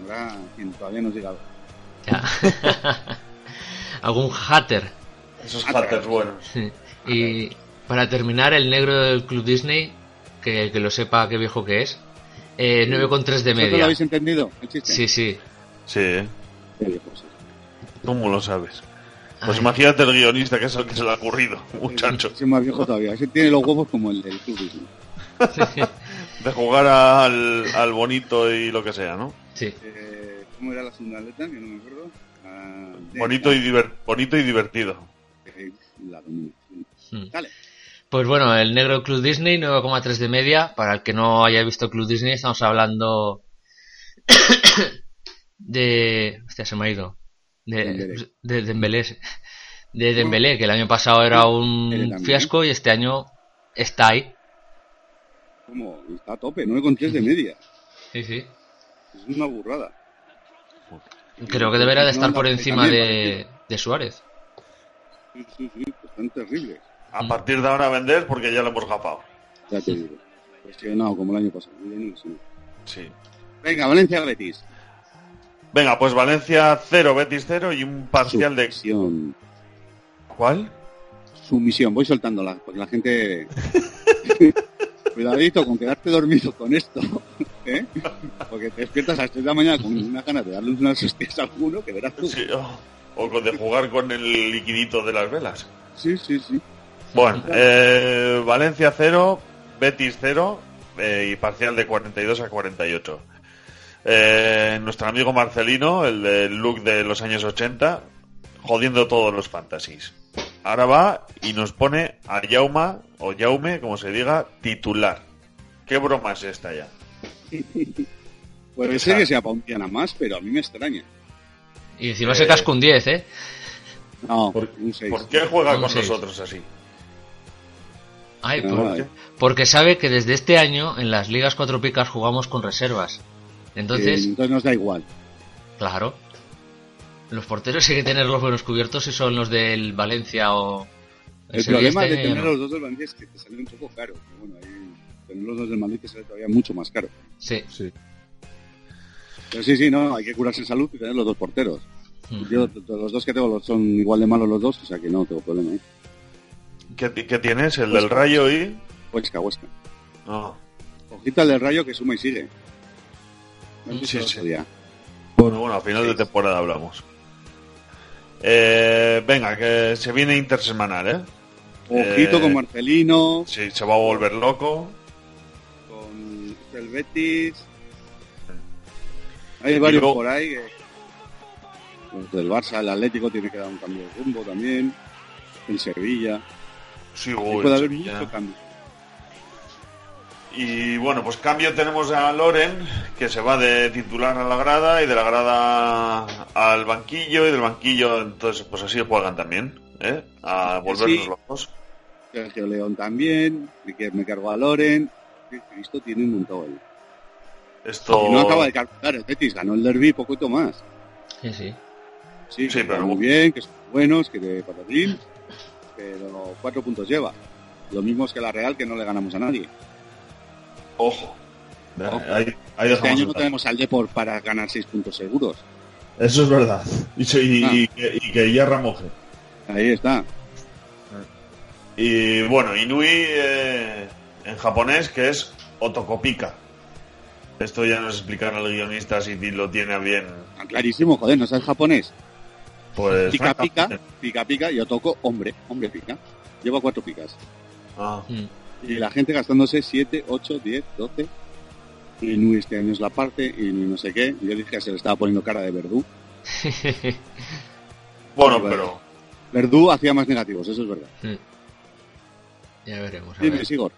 Speaker 6: Habrá quien todavía no llega.
Speaker 8: ya. [laughs] algún hater.
Speaker 7: Esos haters buenos.
Speaker 8: Y para terminar, el negro del Club Disney, que el que lo sepa qué viejo que es, eh, 9,3 de
Speaker 6: ¿Vosotros lo
Speaker 8: media.
Speaker 6: habéis entendido? ¿El chiste?
Speaker 8: Sí, sí. [laughs]
Speaker 7: Sí.
Speaker 6: Qué viejo, sí.
Speaker 7: ¿Cómo lo sabes? Pues
Speaker 8: Ay.
Speaker 7: imagínate el guionista que es el que se le ha ocurrido, muchacho.
Speaker 6: Ese Es más viejo todavía. Ese tiene los huevos como el del club. Disney.
Speaker 7: De jugar al, al bonito y lo que sea, ¿no?
Speaker 8: Sí.
Speaker 6: Eh, ¿Cómo era la segunda letra? Yo no me acuerdo. Ah, de-
Speaker 7: Bonito y, diver- bonito y divertido.
Speaker 6: Eh, la domina.
Speaker 8: Mm.
Speaker 6: Dale.
Speaker 8: Pues bueno, el negro Club Disney, 9,3 de media. Para el que no haya visto Club Disney, estamos hablando [coughs] de... Hostia, se me ha ido. De,
Speaker 6: Dembélé.
Speaker 8: de Dembélé. De Dembélé, que el año pasado era
Speaker 6: Dembélé
Speaker 8: un
Speaker 6: también.
Speaker 8: fiasco y este año está ahí.
Speaker 6: ¿Cómo? Está a tope, 9,3 de media.
Speaker 8: Sí, sí.
Speaker 6: Es una burrada.
Speaker 8: Creo que deberá de
Speaker 6: No,
Speaker 8: estar
Speaker 6: no,
Speaker 8: por
Speaker 6: que
Speaker 8: encima
Speaker 6: también
Speaker 8: de, de Suárez.
Speaker 6: Sí, sí, sí, están terribles.
Speaker 8: Mm.
Speaker 7: A partir de ahora vender porque ya lo hemos gafado.
Speaker 6: Ya te digo. Presionado como el año pasado. Yo no sé.
Speaker 7: Sí.
Speaker 6: Venga, Valencia Betis.
Speaker 7: Venga, pues Valencia 0, Betis 0 y un parcial de...
Speaker 6: Sumisión.
Speaker 7: ¿Cuál?
Speaker 6: Sumisión. Voy soltándola, porque la
Speaker 7: [laughs]
Speaker 6: gente. Cuidadito con quedarte dormido con esto. [laughs] ¿eh? Porque te despiertas a las 3 de la mañana con una gana de darle unas hostias a alguno que verás tú.
Speaker 7: Sí, oh, o con de jugar con el liquidito de las velas.
Speaker 6: Sí, sí, sí.
Speaker 7: Bueno, eh, Valencia 0, Betis 0 y parcial de 42 a 48. Eh, nuestro amigo Marcelino, el del look de los años 80, jodiendo todos los fantasies. Ahora va y nos pone a Yauma, o Yaume, como se diga, titular. ¿Qué broma es esta ya?
Speaker 6: Puede ser que sea para un día nada más, pero a mí me extraña.
Speaker 8: Y encima
Speaker 7: Eh.
Speaker 8: se casca un 10, ¿eh?
Speaker 6: No,
Speaker 7: ¿Por,
Speaker 6: un seis.
Speaker 7: por qué juega
Speaker 8: Un
Speaker 7: con
Speaker 8: seis.
Speaker 7: nosotros así?
Speaker 8: Ay,
Speaker 6: No,
Speaker 8: por-
Speaker 6: eh.
Speaker 8: porque sabe que desde este año en las ligas cuatro picas jugamos con reservas. Entonces,
Speaker 6: Eh, entonces nos da igual.
Speaker 8: claro, los porteros hay que tener los buenos cubiertos si son los del Valencia o...
Speaker 6: El
Speaker 8: Sevilla
Speaker 6: problema
Speaker 8: este
Speaker 6: de
Speaker 8: año ya
Speaker 6: tener a
Speaker 8: no.
Speaker 6: los dos del Madrid es que te sale un poco caro. pero Bueno, ahí, tener los dos del Madrid te sale todavía mucho más caro.
Speaker 8: Sí.
Speaker 6: Pero sí, sí, no, hay que curarse en salud y tener los dos porteros.
Speaker 8: Mm.
Speaker 6: Yo, t- t- los dos que tengo los- son igual de malos los dos, o sea que no tengo problema. ¿eh?
Speaker 7: ¿Qué, qué tienes? ¿El del rayo y...?
Speaker 6: Huesca, Huesca.
Speaker 7: No.
Speaker 6: Ojita al del rayo que suma y sigue. No sé
Speaker 7: Sí,
Speaker 6: si lo
Speaker 7: sí.
Speaker 6: sabía.
Speaker 7: Bueno, bueno, a final de temporada hablamos. Eh, venga, que se viene intersemanal, ¿eh?
Speaker 6: Ojito
Speaker 7: Eh,
Speaker 6: con Marcelino,
Speaker 7: Sí, se va a volver loco.
Speaker 6: con el Betis. Hay varios
Speaker 7: luego-
Speaker 6: por ahí. que- Los del Barça, el Atlético tiene que dar un cambio de rumbo también. El Sevilla.
Speaker 7: Sí,
Speaker 6: Ahí
Speaker 7: uy,
Speaker 6: puede haber
Speaker 7: Sevilla.
Speaker 6: mucho cambio.
Speaker 7: Y bueno, pues cambio tenemos a Loren, que se va de titular a la grada y de la grada al banquillo y del banquillo, entonces pues así juegan también, ¿eh? A volvernos
Speaker 6: Sí.
Speaker 7: locos.
Speaker 6: Sergio León también. y que Me cargo a Loren. Que Cristo tiene un montón ahí.
Speaker 7: Esto...
Speaker 6: Y no acaba de calcular el Betis. Ganó el derby poquito más.
Speaker 8: Sí, sí.
Speaker 6: Sí,
Speaker 7: Sí,
Speaker 6: que
Speaker 7: pero-
Speaker 6: juegan muy bien, que son buenos, que de patatín, pero cuatro puntos lleva. Lo mismo es que la Real, que no le ganamos a nadie.
Speaker 7: Ojo.
Speaker 6: Ojo.
Speaker 7: Ahí, ahí
Speaker 6: Este
Speaker 7: dejamos
Speaker 6: año
Speaker 7: el
Speaker 6: no
Speaker 7: dato.
Speaker 6: tenemos al Deport para ganar seis puntos seguros.
Speaker 7: Eso es verdad. Y, se- y-
Speaker 6: Ah.
Speaker 7: y que- y que ya ramoje.
Speaker 6: Ahí está.
Speaker 7: Y bueno, Inui eh, en japonés que es Otokopika. Esto ya nos explicará el guionista si ti- lo tiene a bien.
Speaker 6: Tan clarísimo, joder, no sabes japonés.
Speaker 7: Pues.
Speaker 6: Pica, pica,
Speaker 7: francamente.
Speaker 6: pica, pica, yo toco hombre, hombre pica. Lleva cuatro picas.
Speaker 7: Ah,
Speaker 8: Mm. [laughs]
Speaker 6: Y la gente gastándose 7, 8, 10, 12. Y Nui este año es la parte, y Nui no sé qué. Yo dije que se le estaba poniendo cara de Verdú.
Speaker 7: Bueno,
Speaker 6: Vale.
Speaker 7: pero.
Speaker 6: Verdú hacía más negativos, eso es verdad.
Speaker 8: Mm. ya veremos. a
Speaker 6: Dime,
Speaker 8: ver.
Speaker 6: Sigor.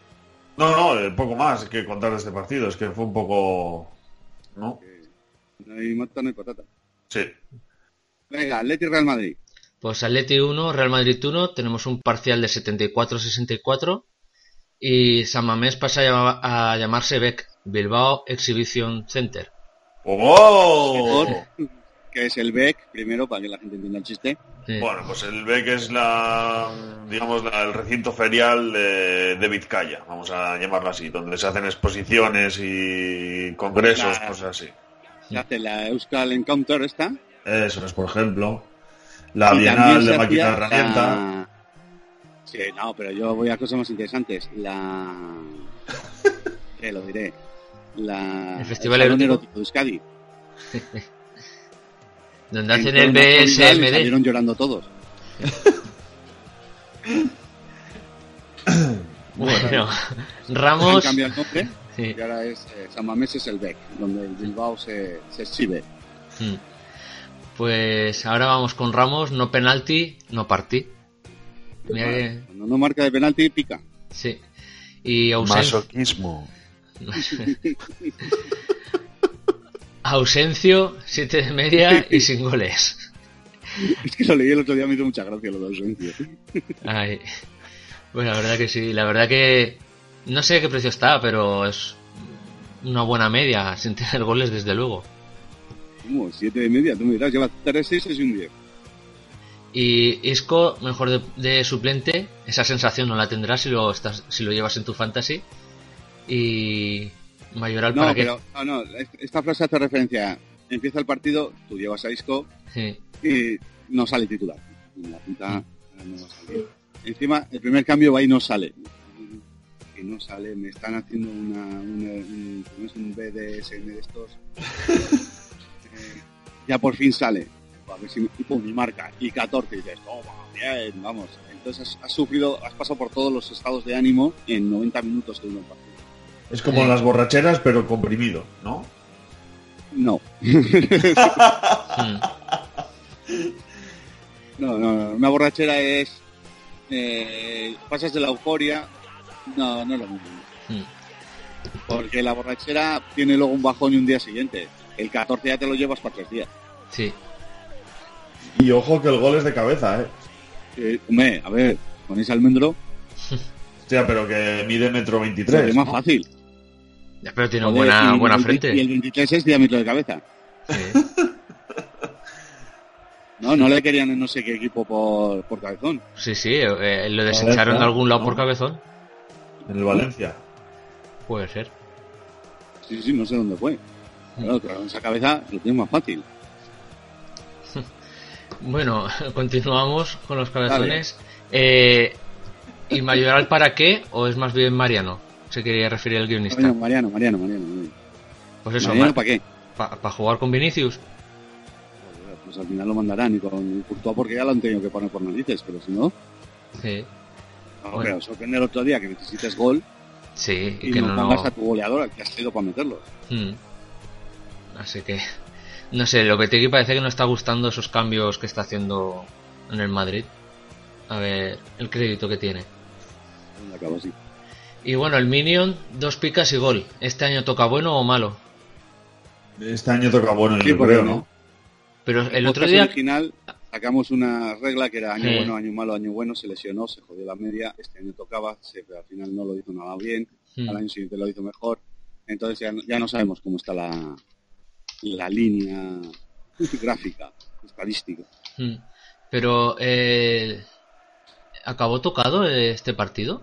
Speaker 7: No, no, eh, poco más que contar de este partido. Es que fue un poco. ¿No?
Speaker 6: No hay mata, no hay patata.
Speaker 7: Sí.
Speaker 6: Venga, Atleti Real Madrid.
Speaker 8: Pues Atleti 1, Real Madrid 1, tenemos un parcial de 74-64 y San Mamés pasa a, llama- a llamarse BEC, Bilbao Exhibition Center.
Speaker 7: ¡Oh!
Speaker 6: que es el BEC, primero, para que la gente entienda el chiste.
Speaker 8: Sí.
Speaker 7: Bueno, pues el BEC es la, digamos, la- el recinto ferial de, de Vizcaya, vamos a llamarlo así, donde se hacen exposiciones y congresos,
Speaker 6: Claro.
Speaker 7: cosas así.
Speaker 6: Se hace la Euskal Encounter esta.
Speaker 7: Eso es, por ejemplo, la
Speaker 6: y
Speaker 7: Bienal
Speaker 6: también se
Speaker 7: de Máquina de
Speaker 6: hacía
Speaker 7: Herramienta.
Speaker 6: la- Sí, no, pero yo voy a cosas más interesantes. La...
Speaker 8: [laughs]
Speaker 6: Te lo diré. La...
Speaker 8: ¿El Festival
Speaker 6: Salón
Speaker 8: Erótico?
Speaker 6: de Euskadi.
Speaker 8: [laughs] Donde hacen el
Speaker 6: Entró en la Florida y
Speaker 8: BSMD.
Speaker 6: Salieron llorando todos.
Speaker 8: Bueno,
Speaker 6: Han
Speaker 8: [laughs] Ramos.
Speaker 6: cambiado el nombre
Speaker 8: sí.
Speaker 6: y ahora es eh, San Mamés es el BEC, donde el Bilbao se, se exhibe.
Speaker 8: Mm. Pues ahora vamos con Ramos, no penalti, no partí. Mira que-
Speaker 6: Cuando no marca de penalti, pica.
Speaker 8: Sí. Y ausencia.
Speaker 7: Masoquismo.
Speaker 8: [laughs] Ausencio, 7 de media y sin goles.
Speaker 6: Es [laughs] que lo leí el otro día, me hizo mucha gracia lo de ausencia.
Speaker 8: Ay. Bueno, la verdad que sí, la verdad que no sé qué precio está, pero es una buena media sin tener goles desde luego.
Speaker 6: ¿Cómo? ¿Siete de media? Tú me dirás, lleva tres, seis, seis y un diez.
Speaker 8: Y Isco, mejor de, de suplente, esa sensación no la tendrás si lo estás, si lo llevas en tu fantasy. Y Mayoral
Speaker 6: No,
Speaker 8: para
Speaker 6: pero no, no, es- esta frase hace referencia. a, Empieza el partido, tú llevas a Isco
Speaker 8: qué. Sí.
Speaker 6: y no sale titular. En la punta no va a salir. Encima, el primer cambio va y no sale. Que no sale, me están haciendo una, una- un, ¿cómo es? un BDSM de estos. Eh, ya por fin sale. A ver si me tipo mi marca. Y 14 y dices, toma, bien, vamos. Entonces has, has sufrido, has pasado por todos los estados de ánimo en 90 minutos de un partido.
Speaker 7: Es como las borracheras, pero comprimido, ¿no?
Speaker 6: No,
Speaker 8: Mm.
Speaker 6: No, no, no. Una borrachera es. eh, pasas de la euforia. No, no es lo mismo.
Speaker 8: Mm.
Speaker 6: Porque la borrachera tiene luego un bajón y un día siguiente. El 14 ya te lo llevas para tres días.
Speaker 8: Sí.
Speaker 7: Y ojo que el gol es de cabeza, ¿eh?
Speaker 6: Eh, hombre, a ver, con ese almendro
Speaker 7: Hostia, pero que mide metro
Speaker 6: es
Speaker 7: 23.
Speaker 6: más
Speaker 7: ¿no?
Speaker 6: fácil.
Speaker 8: Ya, pero tiene
Speaker 6: Joder, y
Speaker 8: buena,
Speaker 6: el
Speaker 8: buena
Speaker 6: 20 Y el
Speaker 8: frente.
Speaker 6: 23 es diámetro de cabeza.
Speaker 8: Sí.
Speaker 6: No, no le querían en no sé qué equipo por, por cabezón.
Speaker 8: Sí, sí, eh, lo desecharon de algún lado por cabezón.
Speaker 7: En el Valencia.
Speaker 8: Puede ser.
Speaker 6: Sí, sí, no sé dónde fue.
Speaker 8: Mm.
Speaker 6: Claro, claro, esa cabeza lo tiene más fácil.
Speaker 8: Bueno, [laughs] continuamos con los cabezones. Eh, ¿Y Mayoral para qué? ¿O es más bien Mariano? Se quería referir al guionista.
Speaker 6: Mariano, Mariano, Mariano, Mariano. Mariano.
Speaker 8: Pues eso,
Speaker 6: Mariano, ¿para qué?
Speaker 8: para jugar con Vinicius.
Speaker 6: Joder, Pues al final lo mandarán y con y Courtois porque ya lo han tenido que poner por narices, pero si no,
Speaker 8: Sí,
Speaker 6: no
Speaker 8: Bueno.
Speaker 6: pero sorprende el otro día que necesites gol
Speaker 8: sí y
Speaker 6: y
Speaker 8: que
Speaker 6: no
Speaker 8: no, no-
Speaker 6: pongas a tu goleador al que has ido para meterlo.
Speaker 8: Hmm. Así que, [laughs] no sé, Lopetegui parece que no está gustando esos cambios que está haciendo en el Madrid. A ver, el crédito que tiene.
Speaker 6: Y acabó así.
Speaker 8: Y bueno, el Minion, dos picas y gol. ¿Este año toca bueno o malo?
Speaker 7: Este año toca bueno, yo
Speaker 6: Sí, porque
Speaker 7: creo,
Speaker 6: no.
Speaker 7: ¿no?
Speaker 8: Pero el
Speaker 6: En
Speaker 8: otro
Speaker 6: podcast
Speaker 8: día...
Speaker 6: original sacamos una regla que era año
Speaker 8: Sí.
Speaker 6: bueno, año malo, año bueno, se lesionó, se jodió la media, este año tocaba, se- pero al final no lo hizo nada bien,
Speaker 8: Hmm.
Speaker 6: al año siguiente lo hizo mejor, entonces ya, no- ya no sabemos cómo está la, la línea [laughs] gráfica, estadística.
Speaker 8: Hmm. Pero eh, acabó tocado eh, este partido.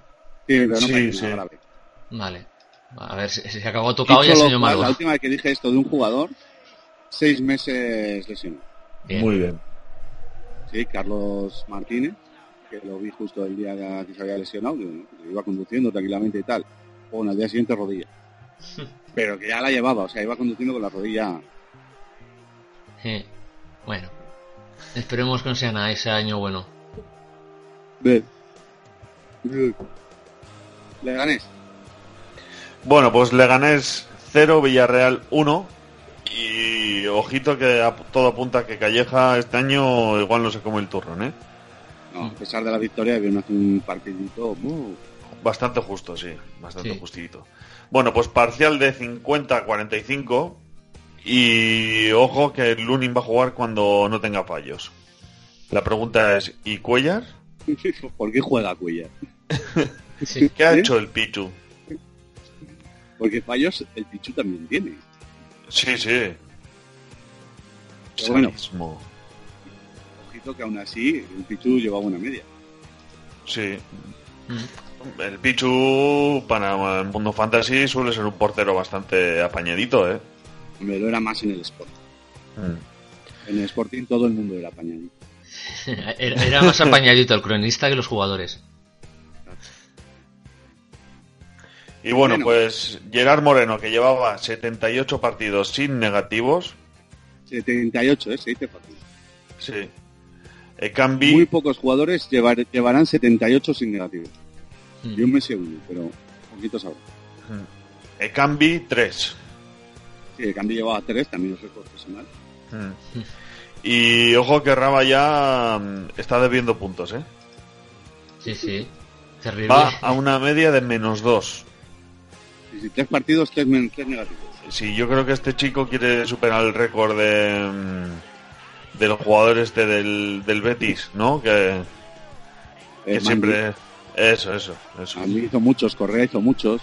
Speaker 6: Sí, pero no
Speaker 7: Sí,
Speaker 6: parece
Speaker 7: sí.
Speaker 6: nada grave.
Speaker 8: Vale. A ver, si, si acabó tocado
Speaker 6: Dicho
Speaker 8: ya es
Speaker 6: lo
Speaker 8: año
Speaker 6: cual,
Speaker 8: malo.
Speaker 6: La última vez que dije esto de un jugador, seis meses lesionado.
Speaker 8: Bien.
Speaker 7: Muy bien.
Speaker 6: Sí, Carlos Martínez, que lo vi justo el día que se había lesionado, que iba conduciendo tranquilamente y tal. Bueno, al día siguiente rodilla. Pero que ya la llevaba, o sea, iba conduciendo con la rodilla.
Speaker 8: Eh, Bueno. Esperemos que no sea nada ese año bueno.
Speaker 6: Ve. Ve. Le gané.
Speaker 7: Bueno, pues Leganés 0, Villarreal 1. Y ojito que a- todo apunta que Calleja este año igual no se come el turrón, ¿eh?
Speaker 6: No, a pesar de la victoria, había un- un partidito. uh,
Speaker 7: Bastante justo, sí. Bastante
Speaker 8: Sí.
Speaker 7: justito. Bueno, pues parcial de 50-45. Y ojo que Lunin va a jugar cuando no tenga fallos. La pregunta es, ¿y Cuellar?
Speaker 6: [laughs] ¿Por qué juega Cuellar?
Speaker 8: Sí.
Speaker 7: ¿Qué ha
Speaker 6: ¿Eh?
Speaker 7: hecho el Pichu?
Speaker 6: Porque fallos el Pichu también tiene.
Speaker 7: Sí, sí.
Speaker 6: Pero bueno.
Speaker 7: Sadismo.
Speaker 6: Ojito que aún así el Pichu llevaba una media.
Speaker 7: Sí.
Speaker 8: Mm. [laughs]
Speaker 7: El Pichu para el mundo fantasy suele ser un portero bastante apañadito, ¿eh?
Speaker 6: Me lo era más en el Sport. En el Sporting todo el mundo era apañadito.
Speaker 8: Era, era más apañadito el cronista que los jugadores.
Speaker 7: Y bueno,
Speaker 6: Bueno.
Speaker 7: pues Gerard Moreno, que llevaba 78 partidos sin negativos.
Speaker 6: 78, ¿eh? Se dice fácil.
Speaker 7: Sí. Cambi,
Speaker 6: Muy pocos jugadores llevar- llevarán 78 sin negativo.
Speaker 8: Mm.
Speaker 6: Yo me sé uno, pero poquitos ahora.
Speaker 7: Cambi 3.
Speaker 6: Sí, el cambio llevaba 3, también es récord personal.
Speaker 7: Hmm. Y ojo que Raba ya mm, está debiendo puntos, ¿eh?
Speaker 8: Sí, sí. Terrible.
Speaker 7: Va a una media de menos 2.
Speaker 6: Y si 3 partidos, 3, negativos.
Speaker 7: Sí, yo creo que este chico quiere superar el récord de, mm, del jugador este del, del Betis, ¿no? Que, que
Speaker 6: Eh,
Speaker 7: siempre... Eso, eso, eso.
Speaker 6: Mandi- A mí hizo muchos, Correa hizo muchos.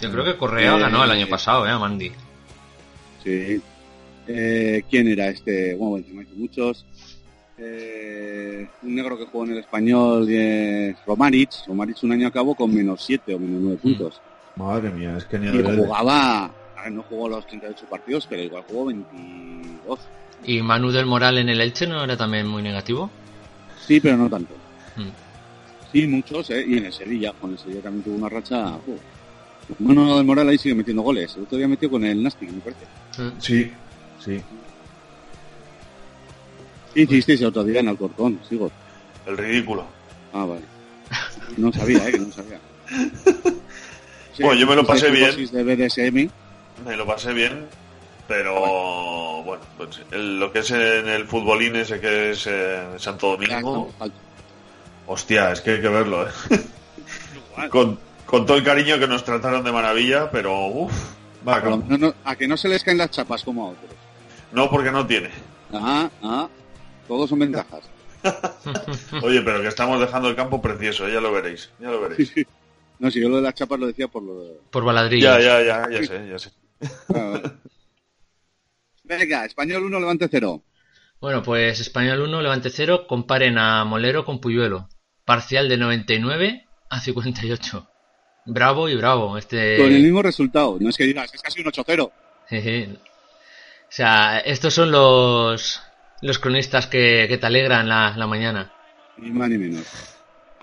Speaker 8: Yo creo que Correa
Speaker 6: Eh,
Speaker 8: ganó el año pasado, ¿eh? A Mandy.
Speaker 6: Sí. Eh, ¿Quién era este? Bueno, Benzema hizo muchos. Eh, un negro que jugó en el español, eh, Romaric. Romaric un año acabó con menos 7 o menos
Speaker 7: Mm.
Speaker 6: 9 puntos.
Speaker 7: Madre mía, es que ni
Speaker 6: Y jugaba, a ver, no jugó los 38 partidos, pero igual jugó 22.
Speaker 8: ¿Y Manu del Moral en el Elche no era también muy negativo?
Speaker 6: Sí, pero no tanto.
Speaker 8: Mm.
Speaker 6: Sí, muchos, ¿eh? Y en el Sevilla, con el Sevilla también tuvo una racha. Bueno, del Moral ahí sigue metiendo goles. El otro día metió con el Nastic, me parece.
Speaker 8: Mm.
Speaker 7: Sí, sí.
Speaker 6: Sí, hicisteis el Pues este otro día en Alcorcón, sigo.
Speaker 7: El ridículo.
Speaker 6: Ah, vale. No sabía, ¿eh? Que no [laughs] sabía. Sí,
Speaker 7: Bueno, yo me lo pasé
Speaker 6: hicisteis
Speaker 7: bien.
Speaker 6: dosis de BDSM.
Speaker 7: Me lo pasé bien, pero bueno, pues, el- lo que es en el futbolín ese que es eh, Santo
Speaker 6: Ya,
Speaker 7: Domingo,
Speaker 6: estamos alto.
Speaker 7: hostia, es que hay que verlo, ¿eh?
Speaker 6: Igual.
Speaker 7: [laughs] Con, con todo el cariño que nos trataron de maravilla, pero uff, va,
Speaker 6: Por lo
Speaker 7: cabrón.
Speaker 6: menos no- a que no se les caen las chapas como a otros.
Speaker 7: no porque no tiene.
Speaker 6: Ah, ah. Todos son ventajas.
Speaker 8: Hmm.
Speaker 7: Oye, pero que estamos dejando el campo precioso, ¿eh? ya lo veréis, ya lo veréis.
Speaker 6: No, si yo lo de las chapas lo decía por lo de...
Speaker 8: Por baladrillo.
Speaker 7: Ya, ya, ya, ya sé, ya sé.
Speaker 6: Ah, vale. Venga, español 1, levante 0.
Speaker 8: Bueno, pues Español 1, Levante 0, comparen a Molero con Puyuelo. Parcial de 99 a 58. Bravo y bravo. Este...
Speaker 6: Con el mismo resultado. No es que digas, es casi un 8-0.
Speaker 8: Jeje. O sea, estos son los, los cronistas que, que te alegran la, la mañana.
Speaker 6: Ni más ni menos.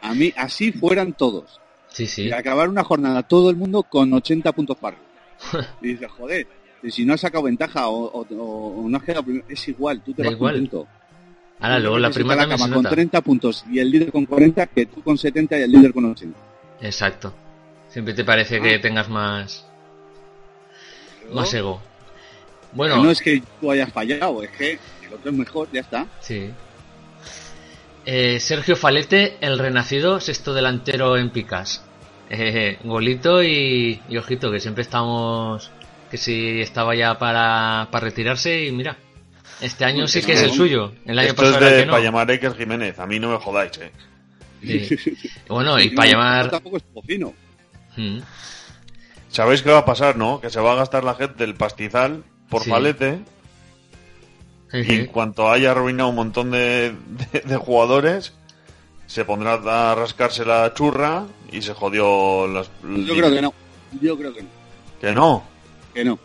Speaker 6: A mí, así fueran todos.
Speaker 8: Sí, sí.
Speaker 6: Y acabar una jornada todo el mundo con 80 puntos par.
Speaker 8: [laughs]
Speaker 6: Y dices, joder, y si no has sacado ventaja o, o- o- o no has quedado primero, es igual, tú te
Speaker 8: Da
Speaker 6: vas
Speaker 8: igual.
Speaker 6: contento.
Speaker 8: Ahora luego la
Speaker 6: Entonces,
Speaker 8: prima
Speaker 6: está la
Speaker 8: también se
Speaker 6: cama con
Speaker 8: nota.
Speaker 6: 30 puntos y el líder con 40 que tú con 70 y el líder con 80.
Speaker 8: Exacto. Siempre te parece que
Speaker 6: Ah.
Speaker 8: tengas más, más ego. Bueno,
Speaker 6: Que No es que tú hayas fallado, es que el otro es mejor, ya está.
Speaker 8: sí. Eh, Sergio Falete, el renacido, sexto delantero en picas. Eh, golito y, y ojito, que siempre estamos. Que si estaba ya para, para retirarse y mira. Este año sí que es el suyo. El año
Speaker 7: Esto es
Speaker 8: pasado era
Speaker 7: de
Speaker 8: que no.
Speaker 7: Payamareques Jiménez, a mí no me jodáis, eh.
Speaker 8: Sí. Bueno, y
Speaker 6: No,
Speaker 8: para llamar.
Speaker 6: Tampoco es fino.
Speaker 8: Mm.
Speaker 7: Sabéis qué va a pasar, ¿no? Que se va a gastar la gente del pastizal por
Speaker 8: Sí.
Speaker 7: palete y en cuanto haya arruinado un montón de, de- de jugadores, se pondrá a rascarse la churra y se jodió las...
Speaker 6: Yo creo que no. Yo creo que no.
Speaker 7: Que no.
Speaker 6: Que no.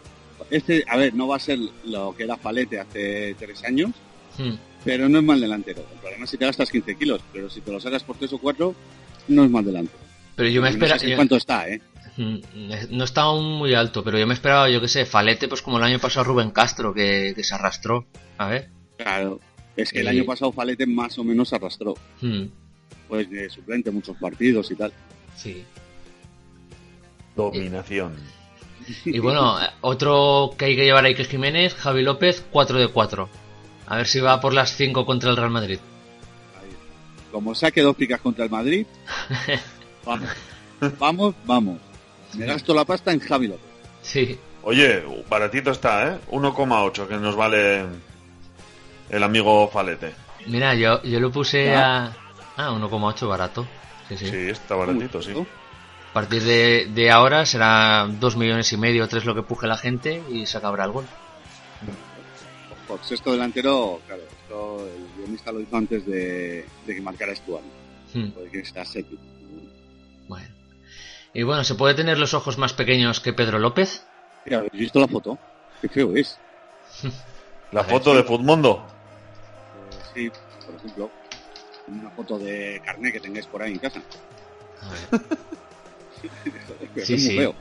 Speaker 6: Este, a ver, no va a ser lo que era Palete hace tres años,
Speaker 8: Mm.
Speaker 6: pero no es mal delantero. El problema es si te gastas 15 kilos, pero si te lo sacas por 3 o 4, no es mal delantero.
Speaker 8: Pero yo me
Speaker 6: no
Speaker 8: esperaba.
Speaker 6: sé si en cuánto está, ¿eh?
Speaker 8: Mm, eh, No está aún muy alto, pero yo me esperaba, yo qué sé, Falete, pues como el año pasado Rubén Castro, que, que se arrastró. A ver.
Speaker 6: Claro. Es que el
Speaker 8: Y-
Speaker 6: año pasado Falete más o menos se arrastró.
Speaker 8: Mm,
Speaker 6: Pues de suplente muchos partidos y tal.
Speaker 8: sí.
Speaker 7: Dominación.
Speaker 8: Y bueno, [laughs] eh, otro que hay que llevar ahí que es Jiménez, Javi López, 4 de 4. A ver si va por las 5 contra el Real Madrid.
Speaker 6: Como saque dos picas contra el
Speaker 8: [laughs]
Speaker 6: Madrid, vamos. Vamos, vamos. Me gasto la pasta en Javi López.
Speaker 8: Sí.
Speaker 7: Oye, baratito está, ¿eh? 1,8 que nos vale el amigo Falete.
Speaker 8: Mira, yo, yo lo puse
Speaker 6: Ya.
Speaker 8: a. Ah, 1,8 barato. Sí, sí.
Speaker 7: Sí, está baratito, sí.
Speaker 6: Mucho.
Speaker 8: A partir de, de ahora será 2 millones y medio o 3 lo que puje la gente y se acabará el gol.
Speaker 6: Por sexto delantero, claro, esto el guionista lo hizo antes de, de que marcara Stuart,
Speaker 8: Mm.
Speaker 6: porque está séptimo.
Speaker 8: Bueno. Y bueno, ¿se puede tener los ojos más pequeños que Pedro López?
Speaker 6: Mira, ¿habéis visto la foto? Qué feo es.
Speaker 7: La foto de Futmundo.
Speaker 6: Eh, Sí, por ejemplo, una foto de carné que tengáis por ahí en casa. [laughs]
Speaker 8: A ver.
Speaker 6: Que
Speaker 8: Sí,
Speaker 6: es muy
Speaker 8: sí.
Speaker 6: feo.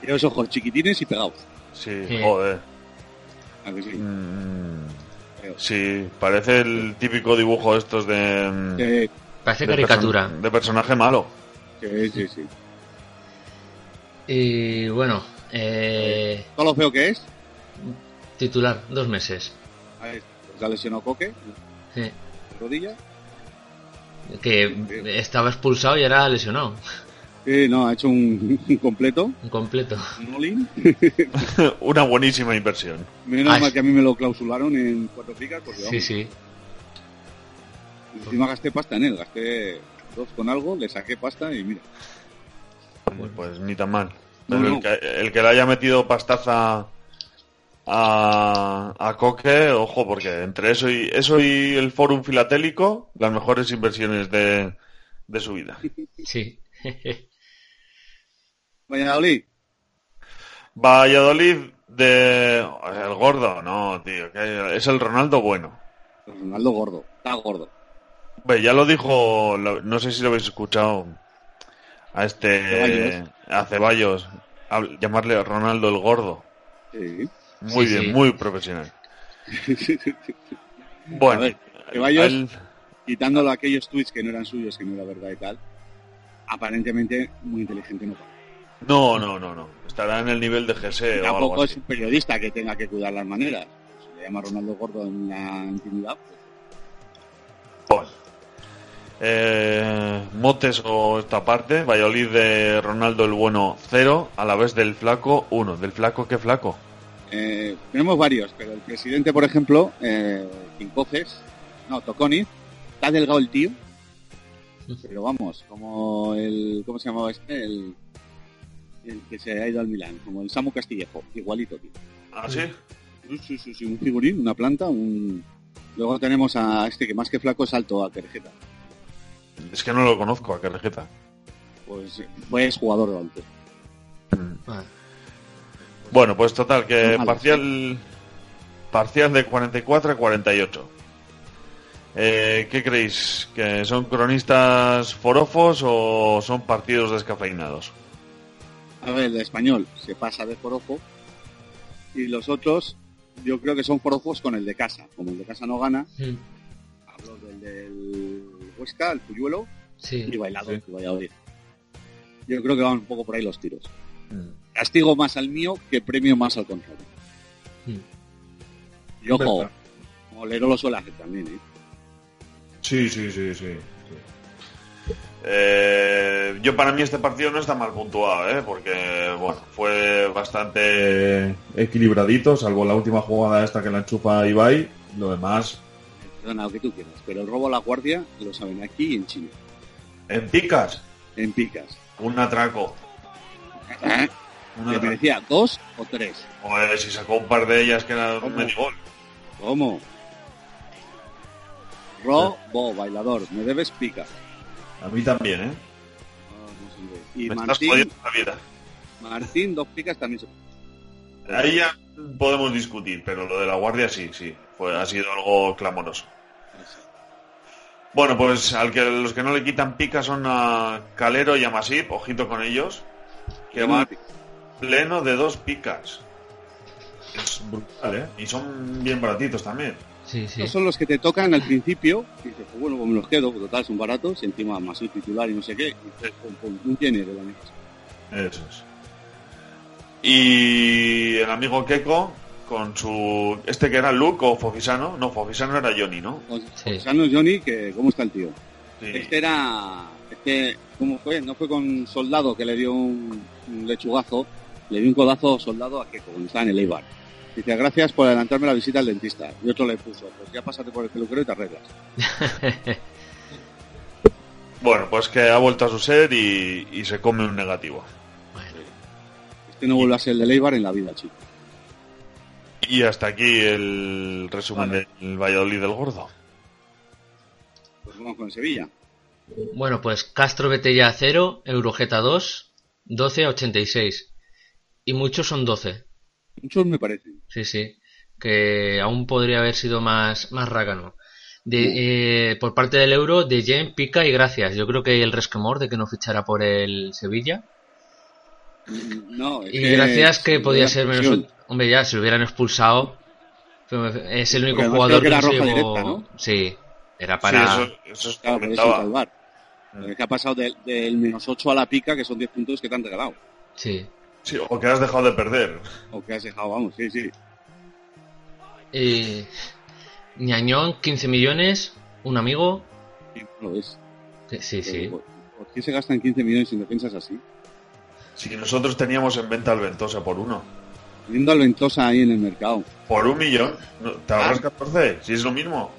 Speaker 6: Tiene los ojos chiquitines y pegados.
Speaker 7: Sí,
Speaker 8: Sí.
Speaker 7: joder.
Speaker 6: ¿A que sí?
Speaker 7: Mm,
Speaker 6: Feo.
Speaker 7: sí, parece el típico dibujo estos de... mm,
Speaker 6: Que-
Speaker 8: Parece
Speaker 7: de
Speaker 8: caricatura.
Speaker 7: person- de personaje malo. [laughs]
Speaker 6: que sí, sí.
Speaker 8: Y bueno, eh,
Speaker 6: Todo lo feo que es,
Speaker 8: titular, dos meses.
Speaker 6: a ver, se ha lesionado Coque,
Speaker 8: Eh,
Speaker 6: rodilla.
Speaker 8: que estaba expulsado y era lesionado.
Speaker 6: Sí, no, ha hecho un, [laughs] un completo,
Speaker 8: Completo.
Speaker 6: un all
Speaker 7: Una buenísima inversión.
Speaker 6: Menos
Speaker 8: Ah,
Speaker 6: mal
Speaker 8: es-
Speaker 6: que a mí me lo clausularon en cuatro picas, porque
Speaker 8: Sí,
Speaker 6: vamos,
Speaker 8: sí.
Speaker 6: Encima gasté pasta en él, gasté dos con algo, le saqué pasta y mira.
Speaker 7: Pues ni tan mal.
Speaker 6: Mm. No,
Speaker 7: Pero
Speaker 6: no.
Speaker 7: El, que, el que le haya metido pastaza a, a Coque, ojo, porque entre eso y eso y el Fórum Filatélico, las mejores inversiones de, de su vida.
Speaker 8: Sí. [laughs]
Speaker 6: Valladolid,
Speaker 7: Valladolid de... El gordo, no, tío. que es el Ronaldo bueno.
Speaker 6: Ronaldo pues, gordo, está gordo.
Speaker 7: Hombre, ya lo dijo, lo- no sé si lo habéis escuchado, a este...
Speaker 6: Ceballos.
Speaker 7: A Ceballos. hab- llamarle Ronaldo el gordo.
Speaker 6: Sí.
Speaker 7: Muy
Speaker 8: Sí,
Speaker 7: bien,
Speaker 8: sí.
Speaker 7: muy profesional. Bueno,
Speaker 6: A ver, Ceballos.
Speaker 7: el-
Speaker 6: Quitándolo aquellos tweets que no eran suyos, que no era verdad y tal. Aparentemente muy inteligente no parece.
Speaker 7: No, no, no, no. Estará en el nivel de GC o algo
Speaker 6: Tampoco es
Speaker 7: así.
Speaker 6: un periodista que tenga que cuidar las maneras. Si le llama Ronaldo gordo en la intimidad, pues,
Speaker 7: Bueno. Eh, Motes o esta parte, Valladolid de Ronaldo el bueno 0, a la vez del flaco 1. ¿Del flaco qué flaco?
Speaker 6: Eh, tenemos varios, pero el presidente, por ejemplo, eh, Quincoces, no, Toconi, está delgado el tío, pero vamos, como el, ¿cómo se llamaba este? El, el que se ha ido al Milán, como el Samu Castillejo, igualito, tío.
Speaker 7: ¿Ah, sí?
Speaker 6: Sí, sí, sí, sí, un figurín, una planta, un... Luego tenemos a este que más que flaco es alto, a Terjeta.
Speaker 7: Es que no lo conozco, a Carrejeta.
Speaker 6: Pues fue jugador de baloncesto.
Speaker 7: Bueno, pues total, que
Speaker 6: Son malos,
Speaker 7: parcial parcial de 44 a 48. Eh, ¿Qué creéis? ¿Que son cronistas forofos o son partidos descafeinados?
Speaker 6: A ver, el español se pasa de forofo y los otros yo creo que son forofos con el de casa. Como el de casa no gana,
Speaker 8: Mm,
Speaker 6: hablo del, del Huesca, el Puyuelo
Speaker 8: Sí.
Speaker 6: y Bailado, que vaya a oír. Yo creo que van un poco por ahí los tiros.
Speaker 8: Mm.
Speaker 6: Castigo más al mío que premio más al contrario.
Speaker 8: Mm.
Speaker 6: Y ojo, Molero lo suele hacer también, ¿eh?
Speaker 10: Sí, sí, sí, sí.
Speaker 7: Eh, yo para mí este partido no está mal puntuado, ¿eh? porque bueno, fue bastante equilibradito, salvo la última jugada esta que la enchufa Ibai, lo demás
Speaker 6: Perdona, lo que tú quieras. Pero el robo a la guardia lo saben aquí y en Chile,
Speaker 7: en picas,
Speaker 6: en picas.
Speaker 7: un atraco. ¿Eh? Un
Speaker 6: ¿Le
Speaker 7: atraco.
Speaker 6: merecía dos o tres?
Speaker 7: Joder, si sacó un par de ellas que era un
Speaker 6: ¿Cómo?
Speaker 7: medio gol.
Speaker 6: ¿Cómo? Robo, bailador, me debes pica.
Speaker 7: A mí también, ¿eh?
Speaker 6: No, no se ve. Y
Speaker 7: Me estás
Speaker 6: Martín,
Speaker 7: jodiendo la vida.
Speaker 6: Martín, dos picas también se...
Speaker 7: Ahí ya podemos discutir, pero lo de la guardia sí, sí. Fue, ha sido algo clamoroso. Bueno, pues al que los que no le quitan pica son a Calero y a Masip, ojito con ellos, que van pleno de dos picas. Es brutal, ¿eh? Y son bien baratitos también.
Speaker 8: Sí, sí.
Speaker 6: Estos son los que te tocan al principio. Y dices, pues bueno, pues me los quedo, porque total son baratos. Y encima más un titular y no sé qué. Y pum, pum, un tiene de la mesa.
Speaker 7: Eso es. Y el amigo Keko, con su... Este que era Luke o Fofisano. No, Fofisano era Johnny, ¿no?
Speaker 6: O-
Speaker 8: Sí.
Speaker 6: o
Speaker 8: [laughs]
Speaker 6: sea, no es Johnny, que ¿cómo está el tío?
Speaker 7: Sí.
Speaker 6: Este era... Este, ¿cómo fue? No fue con Soldado que le dio un, un lechugazo. Le dio un codazo Soldado a que cuando estaba en el Eibar. Dice, gracias por adelantarme la visita al dentista. Y otro le puso, pues ya pásate por el peluquero y te arreglas.
Speaker 7: Bueno, pues que ha vuelto a su ser y, y se come un negativo.
Speaker 6: Este no vuelve a ser el de Leibar en la vida, chico.
Speaker 7: Y hasta aquí el resumen
Speaker 6: Vale.
Speaker 7: del Valladolid del Gordo.
Speaker 6: Pues vamos con Sevilla.
Speaker 8: Bueno, pues Castro Betella 0, Eurogeta 2, 12 a 86. Y muchos son 12.
Speaker 6: Muchos me parecen.
Speaker 8: Sí, sí. Que aún podría haber sido más, más rácano. De, eh, por parte del euro, de Jen, Pica y Gracias. Yo creo que el resquemor de que no fichara por el Sevilla.
Speaker 6: No, es
Speaker 8: Y Gracias que
Speaker 6: es
Speaker 8: podía
Speaker 6: una
Speaker 8: ser menos.
Speaker 6: expulsión.
Speaker 8: Hombre, ya, si lo hubieran expulsado. pero Es el único
Speaker 6: Porque además
Speaker 8: jugador
Speaker 6: creo que
Speaker 8: no
Speaker 6: era
Speaker 8: se
Speaker 6: roja
Speaker 8: llevó-
Speaker 6: directa,
Speaker 8: Sí, era
Speaker 7: Sí,
Speaker 8: para.
Speaker 7: eso, eso os
Speaker 6: Claro, por eso
Speaker 7: comentaba.
Speaker 6: salvar. Que ha pasado del, del menos 8 a la pica, que son 10 puntos que te han regalado.
Speaker 8: sí.
Speaker 7: Sí, o que has dejado de perder.
Speaker 6: O que has dejado, vamos, sí, sí.
Speaker 8: Eh, Ñañón, 15 millones, un amigo.
Speaker 6: Sí, no lo es.
Speaker 8: que-
Speaker 6: Eh,
Speaker 8: sí, sí.
Speaker 6: ¿Por, por qué se gastan 15 millones en defensas así?
Speaker 7: Si nosotros teníamos en venta al Ventosa por uno.
Speaker 6: Teniendo al Ventosa ahí en el mercado.
Speaker 7: Por un millón. No, ¿Te ahorras
Speaker 6: Ah.
Speaker 7: 14? Si es lo mismo.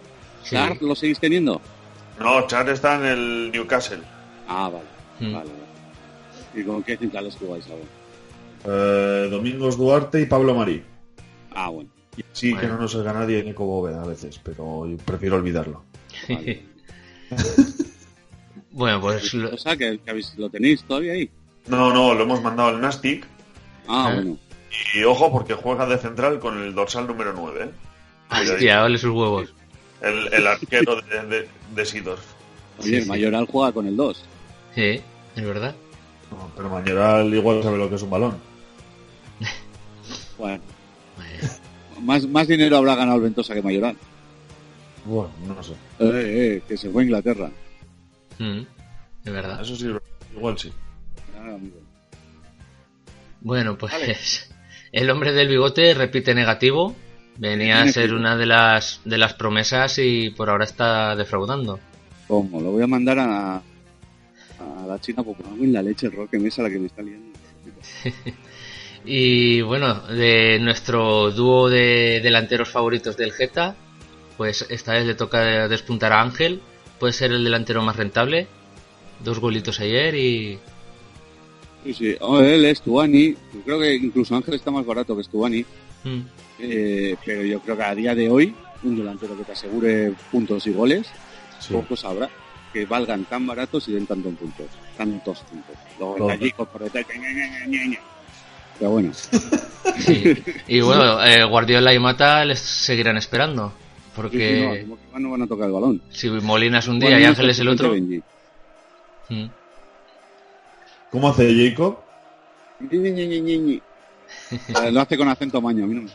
Speaker 8: sí.
Speaker 6: ¿Sar lo seguís teniendo?
Speaker 7: No, Char está en el Newcastle.
Speaker 6: Ah, vale,
Speaker 8: Mm.
Speaker 6: vale, vale. ¿Y con qué centrales jugáis ahora?
Speaker 7: Eh, Domingos Duarte y Pablo Marí.
Speaker 6: Ah, bueno.
Speaker 7: Sí,
Speaker 8: Bueno.
Speaker 7: que no nos oiga nadie Nico Bóveda a veces, pero yo prefiero olvidarlo.
Speaker 6: Vale.
Speaker 8: Bueno, [laughs] pues lo-
Speaker 6: O sea, que, que habéis- lo tenéis todavía ahí.
Speaker 7: No, no, lo hemos mandado al Nastic.
Speaker 6: Ah,
Speaker 8: Ah.
Speaker 6: bueno.
Speaker 7: Y ojo, porque juega de central con el dorsal número 9.
Speaker 8: hostia, ole sus huevos.
Speaker 7: El, el arquero de, de, de Sidorf.
Speaker 6: Oye,
Speaker 8: Sí,
Speaker 6: el
Speaker 8: sí.
Speaker 6: Mayoral juega con el 2.
Speaker 8: Sí, es verdad.
Speaker 7: No, pero Mayoral igual sabe lo que es un balón.
Speaker 6: Bueno,
Speaker 8: Bueno,
Speaker 6: más, más dinero habrá ganado el Ventosa que Mayoral.
Speaker 7: Bueno, no sé.
Speaker 6: Eh, eh, que se fue a Inglaterra.
Speaker 8: mm, es verdad.
Speaker 7: Eso sí, igual sí.
Speaker 6: Ah, amigo.
Speaker 8: Bueno, pues [laughs] el hombre del bigote repite negativo. Venía a
Speaker 6: Tiene
Speaker 8: ser
Speaker 6: que-
Speaker 8: una de las, de las promesas y por ahora está defraudando.
Speaker 6: ¿Cómo? Lo voy a mandar a, a la China por ponerme en la leche roque mesa la que me está liando.
Speaker 8: Y bueno, de nuestro dúo de delanteros favoritos del Geta, pues esta vez le toca despuntar a Ángel. Puede ser el delantero más rentable. Dos golitos ayer y.
Speaker 6: Sí, sí. Oh, él es Tuani. Yo creo que incluso Ángel está más barato que Stuani.
Speaker 8: Mm.
Speaker 6: Eh, pero yo creo que a día de hoy, un delantero que te asegure puntos y goles,
Speaker 10: Sí.
Speaker 6: pocos habrá que valgan tan baratos y den tantos puntos. Tantos puntos. Luego
Speaker 10: Todo.
Speaker 6: el gallego por detrás, ña, ña, ña, ña, ña. Pero bueno. [laughs]
Speaker 8: Sí. Y bueno, eh, Guardiola y Mata les seguirán esperando.
Speaker 6: Sí, sí, no,
Speaker 8: Porque
Speaker 6: como que no van a tocar el balón.
Speaker 8: si Molina es un día y
Speaker 6: Bueno,
Speaker 8: Ángel es el otro.
Speaker 6: Benji.
Speaker 8: Mm.
Speaker 10: ¿Cómo hace Jacob?
Speaker 6: Ñi, ñi, ñi, ñi, ñi, ñi.
Speaker 8: [laughs]
Speaker 6: Ah, Lo hace con acento maño. A mí no me...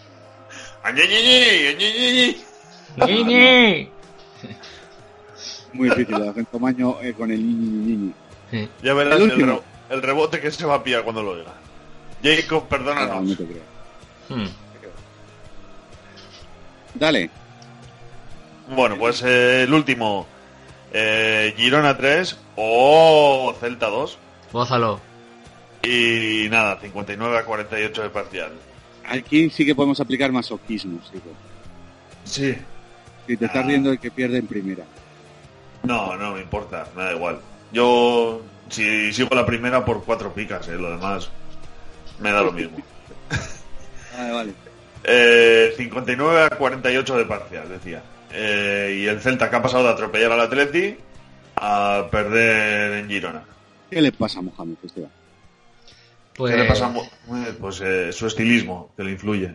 Speaker 7: ¡Añeñeñe! ¡Añeñeñe!
Speaker 6: Muy difícil. El acento maño eh, con el ñi, ñi, ñi, ñi.
Speaker 8: Sí.
Speaker 7: Ya verás
Speaker 6: El
Speaker 7: el,
Speaker 6: último.
Speaker 7: re- el rebote que se va a pillar cuando lo oiga.
Speaker 6: Ah,
Speaker 7: Jacob,
Speaker 6: no
Speaker 7: perdónanos.
Speaker 6: te creo.
Speaker 8: Mm.
Speaker 6: Dale.
Speaker 7: Bueno, pues eh, el último. Eh, Girona 3 o Celta 2.
Speaker 8: Gózalo.
Speaker 7: Y nada, 59 a 48 de parcial.
Speaker 6: Aquí sí que podemos aplicar masoquismo. chico.
Speaker 7: Sí.
Speaker 6: Si te estás
Speaker 7: Ah.
Speaker 6: riendo de que pierde en primera.
Speaker 7: No, no me importa, me da igual. Yo, si sigo la primera por cuatro picas, eh, lo demás me da lo mismo.
Speaker 6: Vale, vale.
Speaker 7: Eh, 59 a 48 de parcial, decía. Eh, y el Celta que ha pasado de atropellar al Atleti a perder en Girona.
Speaker 6: ¿Qué le pasa a Mohamed este Esteban?
Speaker 8: Pues,
Speaker 7: ¿Qué le pasa? a Mo- eh, Pues eh, su estilismo, que le influye.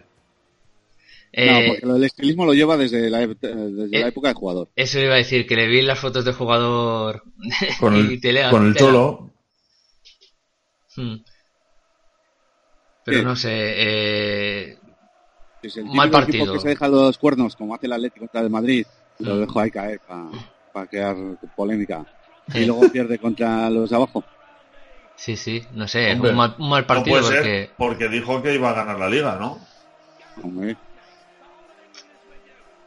Speaker 8: eh,
Speaker 6: No, pues- porque lo del estilismo lo lleva desde la, ep- eh, desde la
Speaker 8: Eh.
Speaker 6: época de jugador.
Speaker 8: Eso iba a decir, que le vi las fotos de jugador
Speaker 10: Con
Speaker 8: y
Speaker 10: el,
Speaker 8: tela-
Speaker 10: con el
Speaker 8: tela.
Speaker 10: cholo.
Speaker 8: Mm. Pero
Speaker 6: Sí.
Speaker 8: no sé, eh,
Speaker 6: Es el
Speaker 8: Mal
Speaker 6: típico equipo
Speaker 8: partido.
Speaker 6: que se deja los cuernos, como hace el Atlético contra el Madrid, lo
Speaker 8: Mm.
Speaker 6: dejo ahí caer para crear polémica.
Speaker 8: Sí.
Speaker 6: Y luego pierde contra los de abajo.
Speaker 8: sí, sí, no sé,
Speaker 7: Hombre,
Speaker 8: un mal, un mal
Speaker 7: No
Speaker 8: partido
Speaker 7: puede ser,
Speaker 8: porque...
Speaker 7: porque dijo que iba a ganar la liga, ¿no?
Speaker 6: Hombre,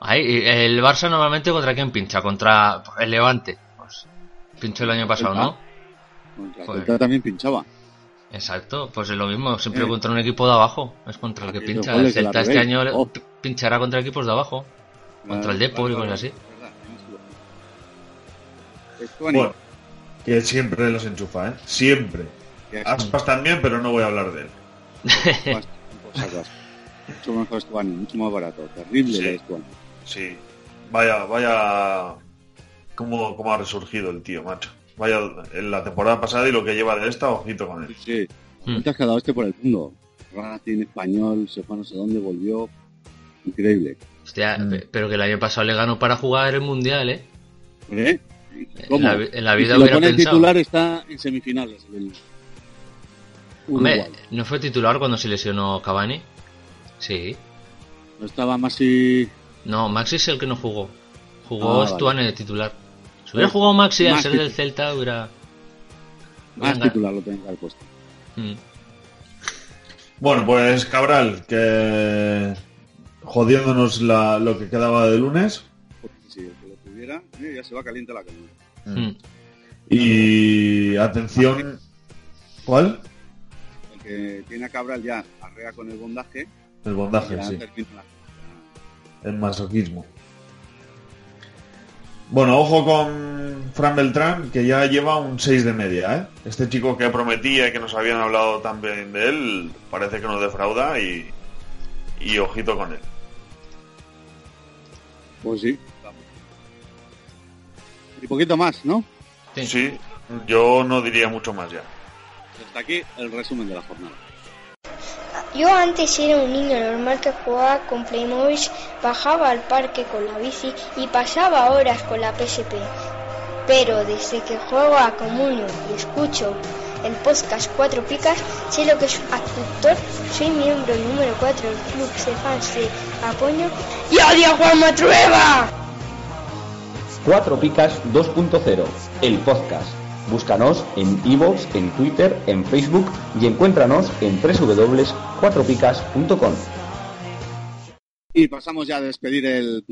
Speaker 8: Ay, y el Barça normalmente contra quién pincha, contra el Levante. Pues, pinchó el año pasado, ¿no?
Speaker 6: contra el
Speaker 8: Joder.
Speaker 6: Celta también pinchaba.
Speaker 8: Exacto, pues es lo mismo, siempre
Speaker 6: Eh.
Speaker 8: contra un equipo de abajo, es contra el que
Speaker 6: Aquí los
Speaker 8: pincha.
Speaker 6: goles de
Speaker 8: El
Speaker 6: la
Speaker 8: Celta este
Speaker 6: Ribey.
Speaker 8: año
Speaker 6: Oh.
Speaker 8: p- pinchará contra equipos de abajo. [laughs] Contra el Depor y cosas así.
Speaker 6: Es verdad, tienes razón. Estuani,
Speaker 7: Bueno, que siempre los enchufa, ¿eh? Siempre.
Speaker 6: que
Speaker 8: ah.
Speaker 6: has-
Speaker 7: Aspas también, pero no voy a hablar de él.
Speaker 6: has- has- has- Mucho mejor Estuani, mucho más barato. Terrible
Speaker 7: Sí.
Speaker 6: lo de Estuani.
Speaker 7: Sí. Vaya, vaya. ¿Cómo, cómo ha resurgido el tío, macho? Vaya, en la temporada pasada y lo que lleva de esta, ojito con
Speaker 6: Sí,
Speaker 7: él.
Speaker 6: sí.
Speaker 8: Mm.
Speaker 6: Vueltas cada hostia este por el mundo. Racing, español, se fue a no sé dónde, volvió. Increíble.
Speaker 8: Hostia, pe- pero que el año pasado le ganó para jugar el Mundial, ¿eh?
Speaker 6: ¿Eh?
Speaker 8: En
Speaker 6: ¿Cómo?
Speaker 8: la, vi- en la
Speaker 6: Y
Speaker 8: vida
Speaker 6: si lo
Speaker 8: hubiera
Speaker 6: pone en
Speaker 8: pensado.
Speaker 6: titular está en semifinales. el
Speaker 8: Hombre,
Speaker 6: Uruguay.
Speaker 8: ¿no fue titular cuando se lesionó Cavani? Sí.
Speaker 6: No estaba más y...
Speaker 8: No, Maxi es el que no jugó. Jugó
Speaker 6: Ah,
Speaker 8: Stuane de titular. Si hubiera
Speaker 6: Sí.
Speaker 8: jugado Maxi al
Speaker 6: Más
Speaker 8: ser
Speaker 6: titu-
Speaker 8: del Celta, hubiera...
Speaker 6: más
Speaker 8: Venga.
Speaker 6: titular lo tenía que haber puesto.
Speaker 8: Mm.
Speaker 7: Bueno, pues Cabral, que. jodiéndonos la- lo que quedaba de lunes.
Speaker 6: Porque si el que lo tuviera, eh, ya se va caliente la comida.
Speaker 8: Mm.
Speaker 7: Y. atención. ¿Cuál?
Speaker 6: El que tiene a Cabral ya arrea con el bondaje.
Speaker 7: El
Speaker 6: y
Speaker 7: bondaje,
Speaker 6: ya
Speaker 7: sí.
Speaker 6: termina la-
Speaker 7: El masoquismo. Bueno, ojo con Fran Beltrán, que ya lleva un 6 de media, ¿eh? Este chico que prometía y que nos habían hablado también de él, parece que nos defrauda y, y ojito con él.
Speaker 6: Pues sí. Y poquito más, ¿no?
Speaker 8: Sí.
Speaker 7: Sí, yo no diría mucho más ya.
Speaker 6: Pues Hasta aquí el resumen de la jornada.
Speaker 11: Yo antes era un niño normal que jugaba con Playmobil, bajaba al parque con la bici y pasaba horas con la PSP. Pero desde que juego a Comunio y escucho el podcast Cuatro Picas, sé lo que es un actor, soy miembro número 4 del club de fans de Apoño y odio a Juan Matrueva.
Speaker 4: Cuatro Picas 2.0, el podcast. Búscanos en iVoox, en Twitter, en Facebook y encuéntranos en www.cuatropicas.com.
Speaker 6: Y pasamos ya a despedir el,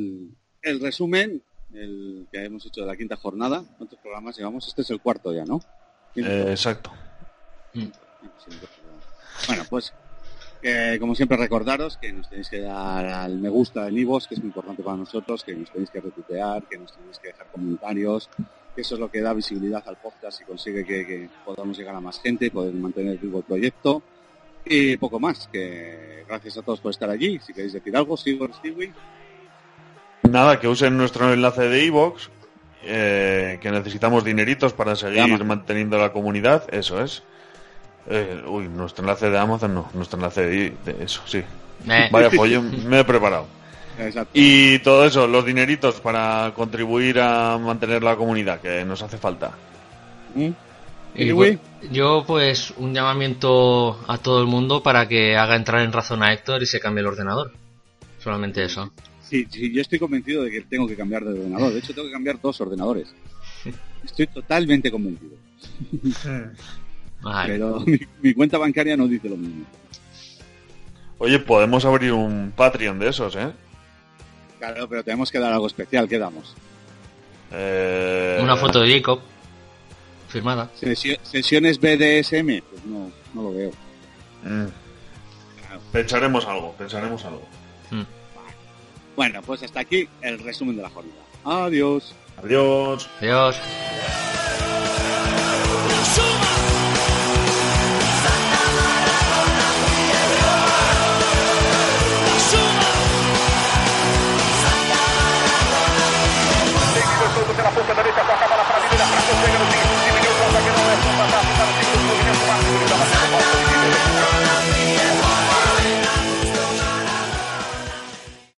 Speaker 6: el resumen, el que hemos hecho de la quinta jornada. ¿Cuántos programas llevamos? Este es el cuarto
Speaker 7: Eh,
Speaker 6: ya, ¿no?
Speaker 7: exacto.
Speaker 6: Bueno, pues que, como siempre recordaros que nos tenéis que dar al me gusta en iVoox, que es muy importante para nosotros, que nos tenéis que retuitear, que nos tenéis que dejar comentarios, que eso es lo que da visibilidad al podcast y consigue que, que podamos llegar a más gente y poder mantener vivo el proyecto. Y poco más, que gracias a todos por estar allí. Si queréis decir algo, sigo Stewie.
Speaker 7: Nada, que usen nuestro enlace de iVoox, eh, que necesitamos dineritos para seguir
Speaker 6: Llama.
Speaker 7: manteniendo la comunidad, eso es. Eh, uy, nuestro enlace de Amazon no, nuestro enlace de, i- de eso, sí.
Speaker 8: Meh.
Speaker 7: Vaya follón, me he preparado. Y todo eso, los dineritos para contribuir a mantener la comunidad, que nos hace falta.
Speaker 8: Y, pues, yo pues un llamamiento a todo el mundo para que haga entrar en razón a Héctor y se cambie el ordenador. Solamente eso.
Speaker 6: Sí, sí, yo estoy convencido de que tengo que cambiar de ordenador. De hecho, tengo que cambiar dos ordenadores. Estoy totalmente convencido. Pero [laughs] mi, mi cuenta bancaria no dice lo mismo.
Speaker 7: Oye, podemos abrir un Patreon de esos, ¿eh?
Speaker 6: Claro, pero tenemos que dar algo especial. ¿Qué damos?
Speaker 7: Eh,
Speaker 8: Una foto de Jacob. Firmada.
Speaker 6: Sesio- ¿Sesiones BDSM? Pues no, no lo veo.
Speaker 7: mm. Pensaremos algo, pensaremos algo.
Speaker 8: Mm.
Speaker 6: Bueno, pues hasta aquí el resumen de la jornada. Adiós.
Speaker 7: Adiós.
Speaker 8: Adiós.
Speaker 12: Seguido el producto de la punta derecha, bajaba la para Videla, Franco Vega, el tiro, diminuto, ataque, no es un patazo,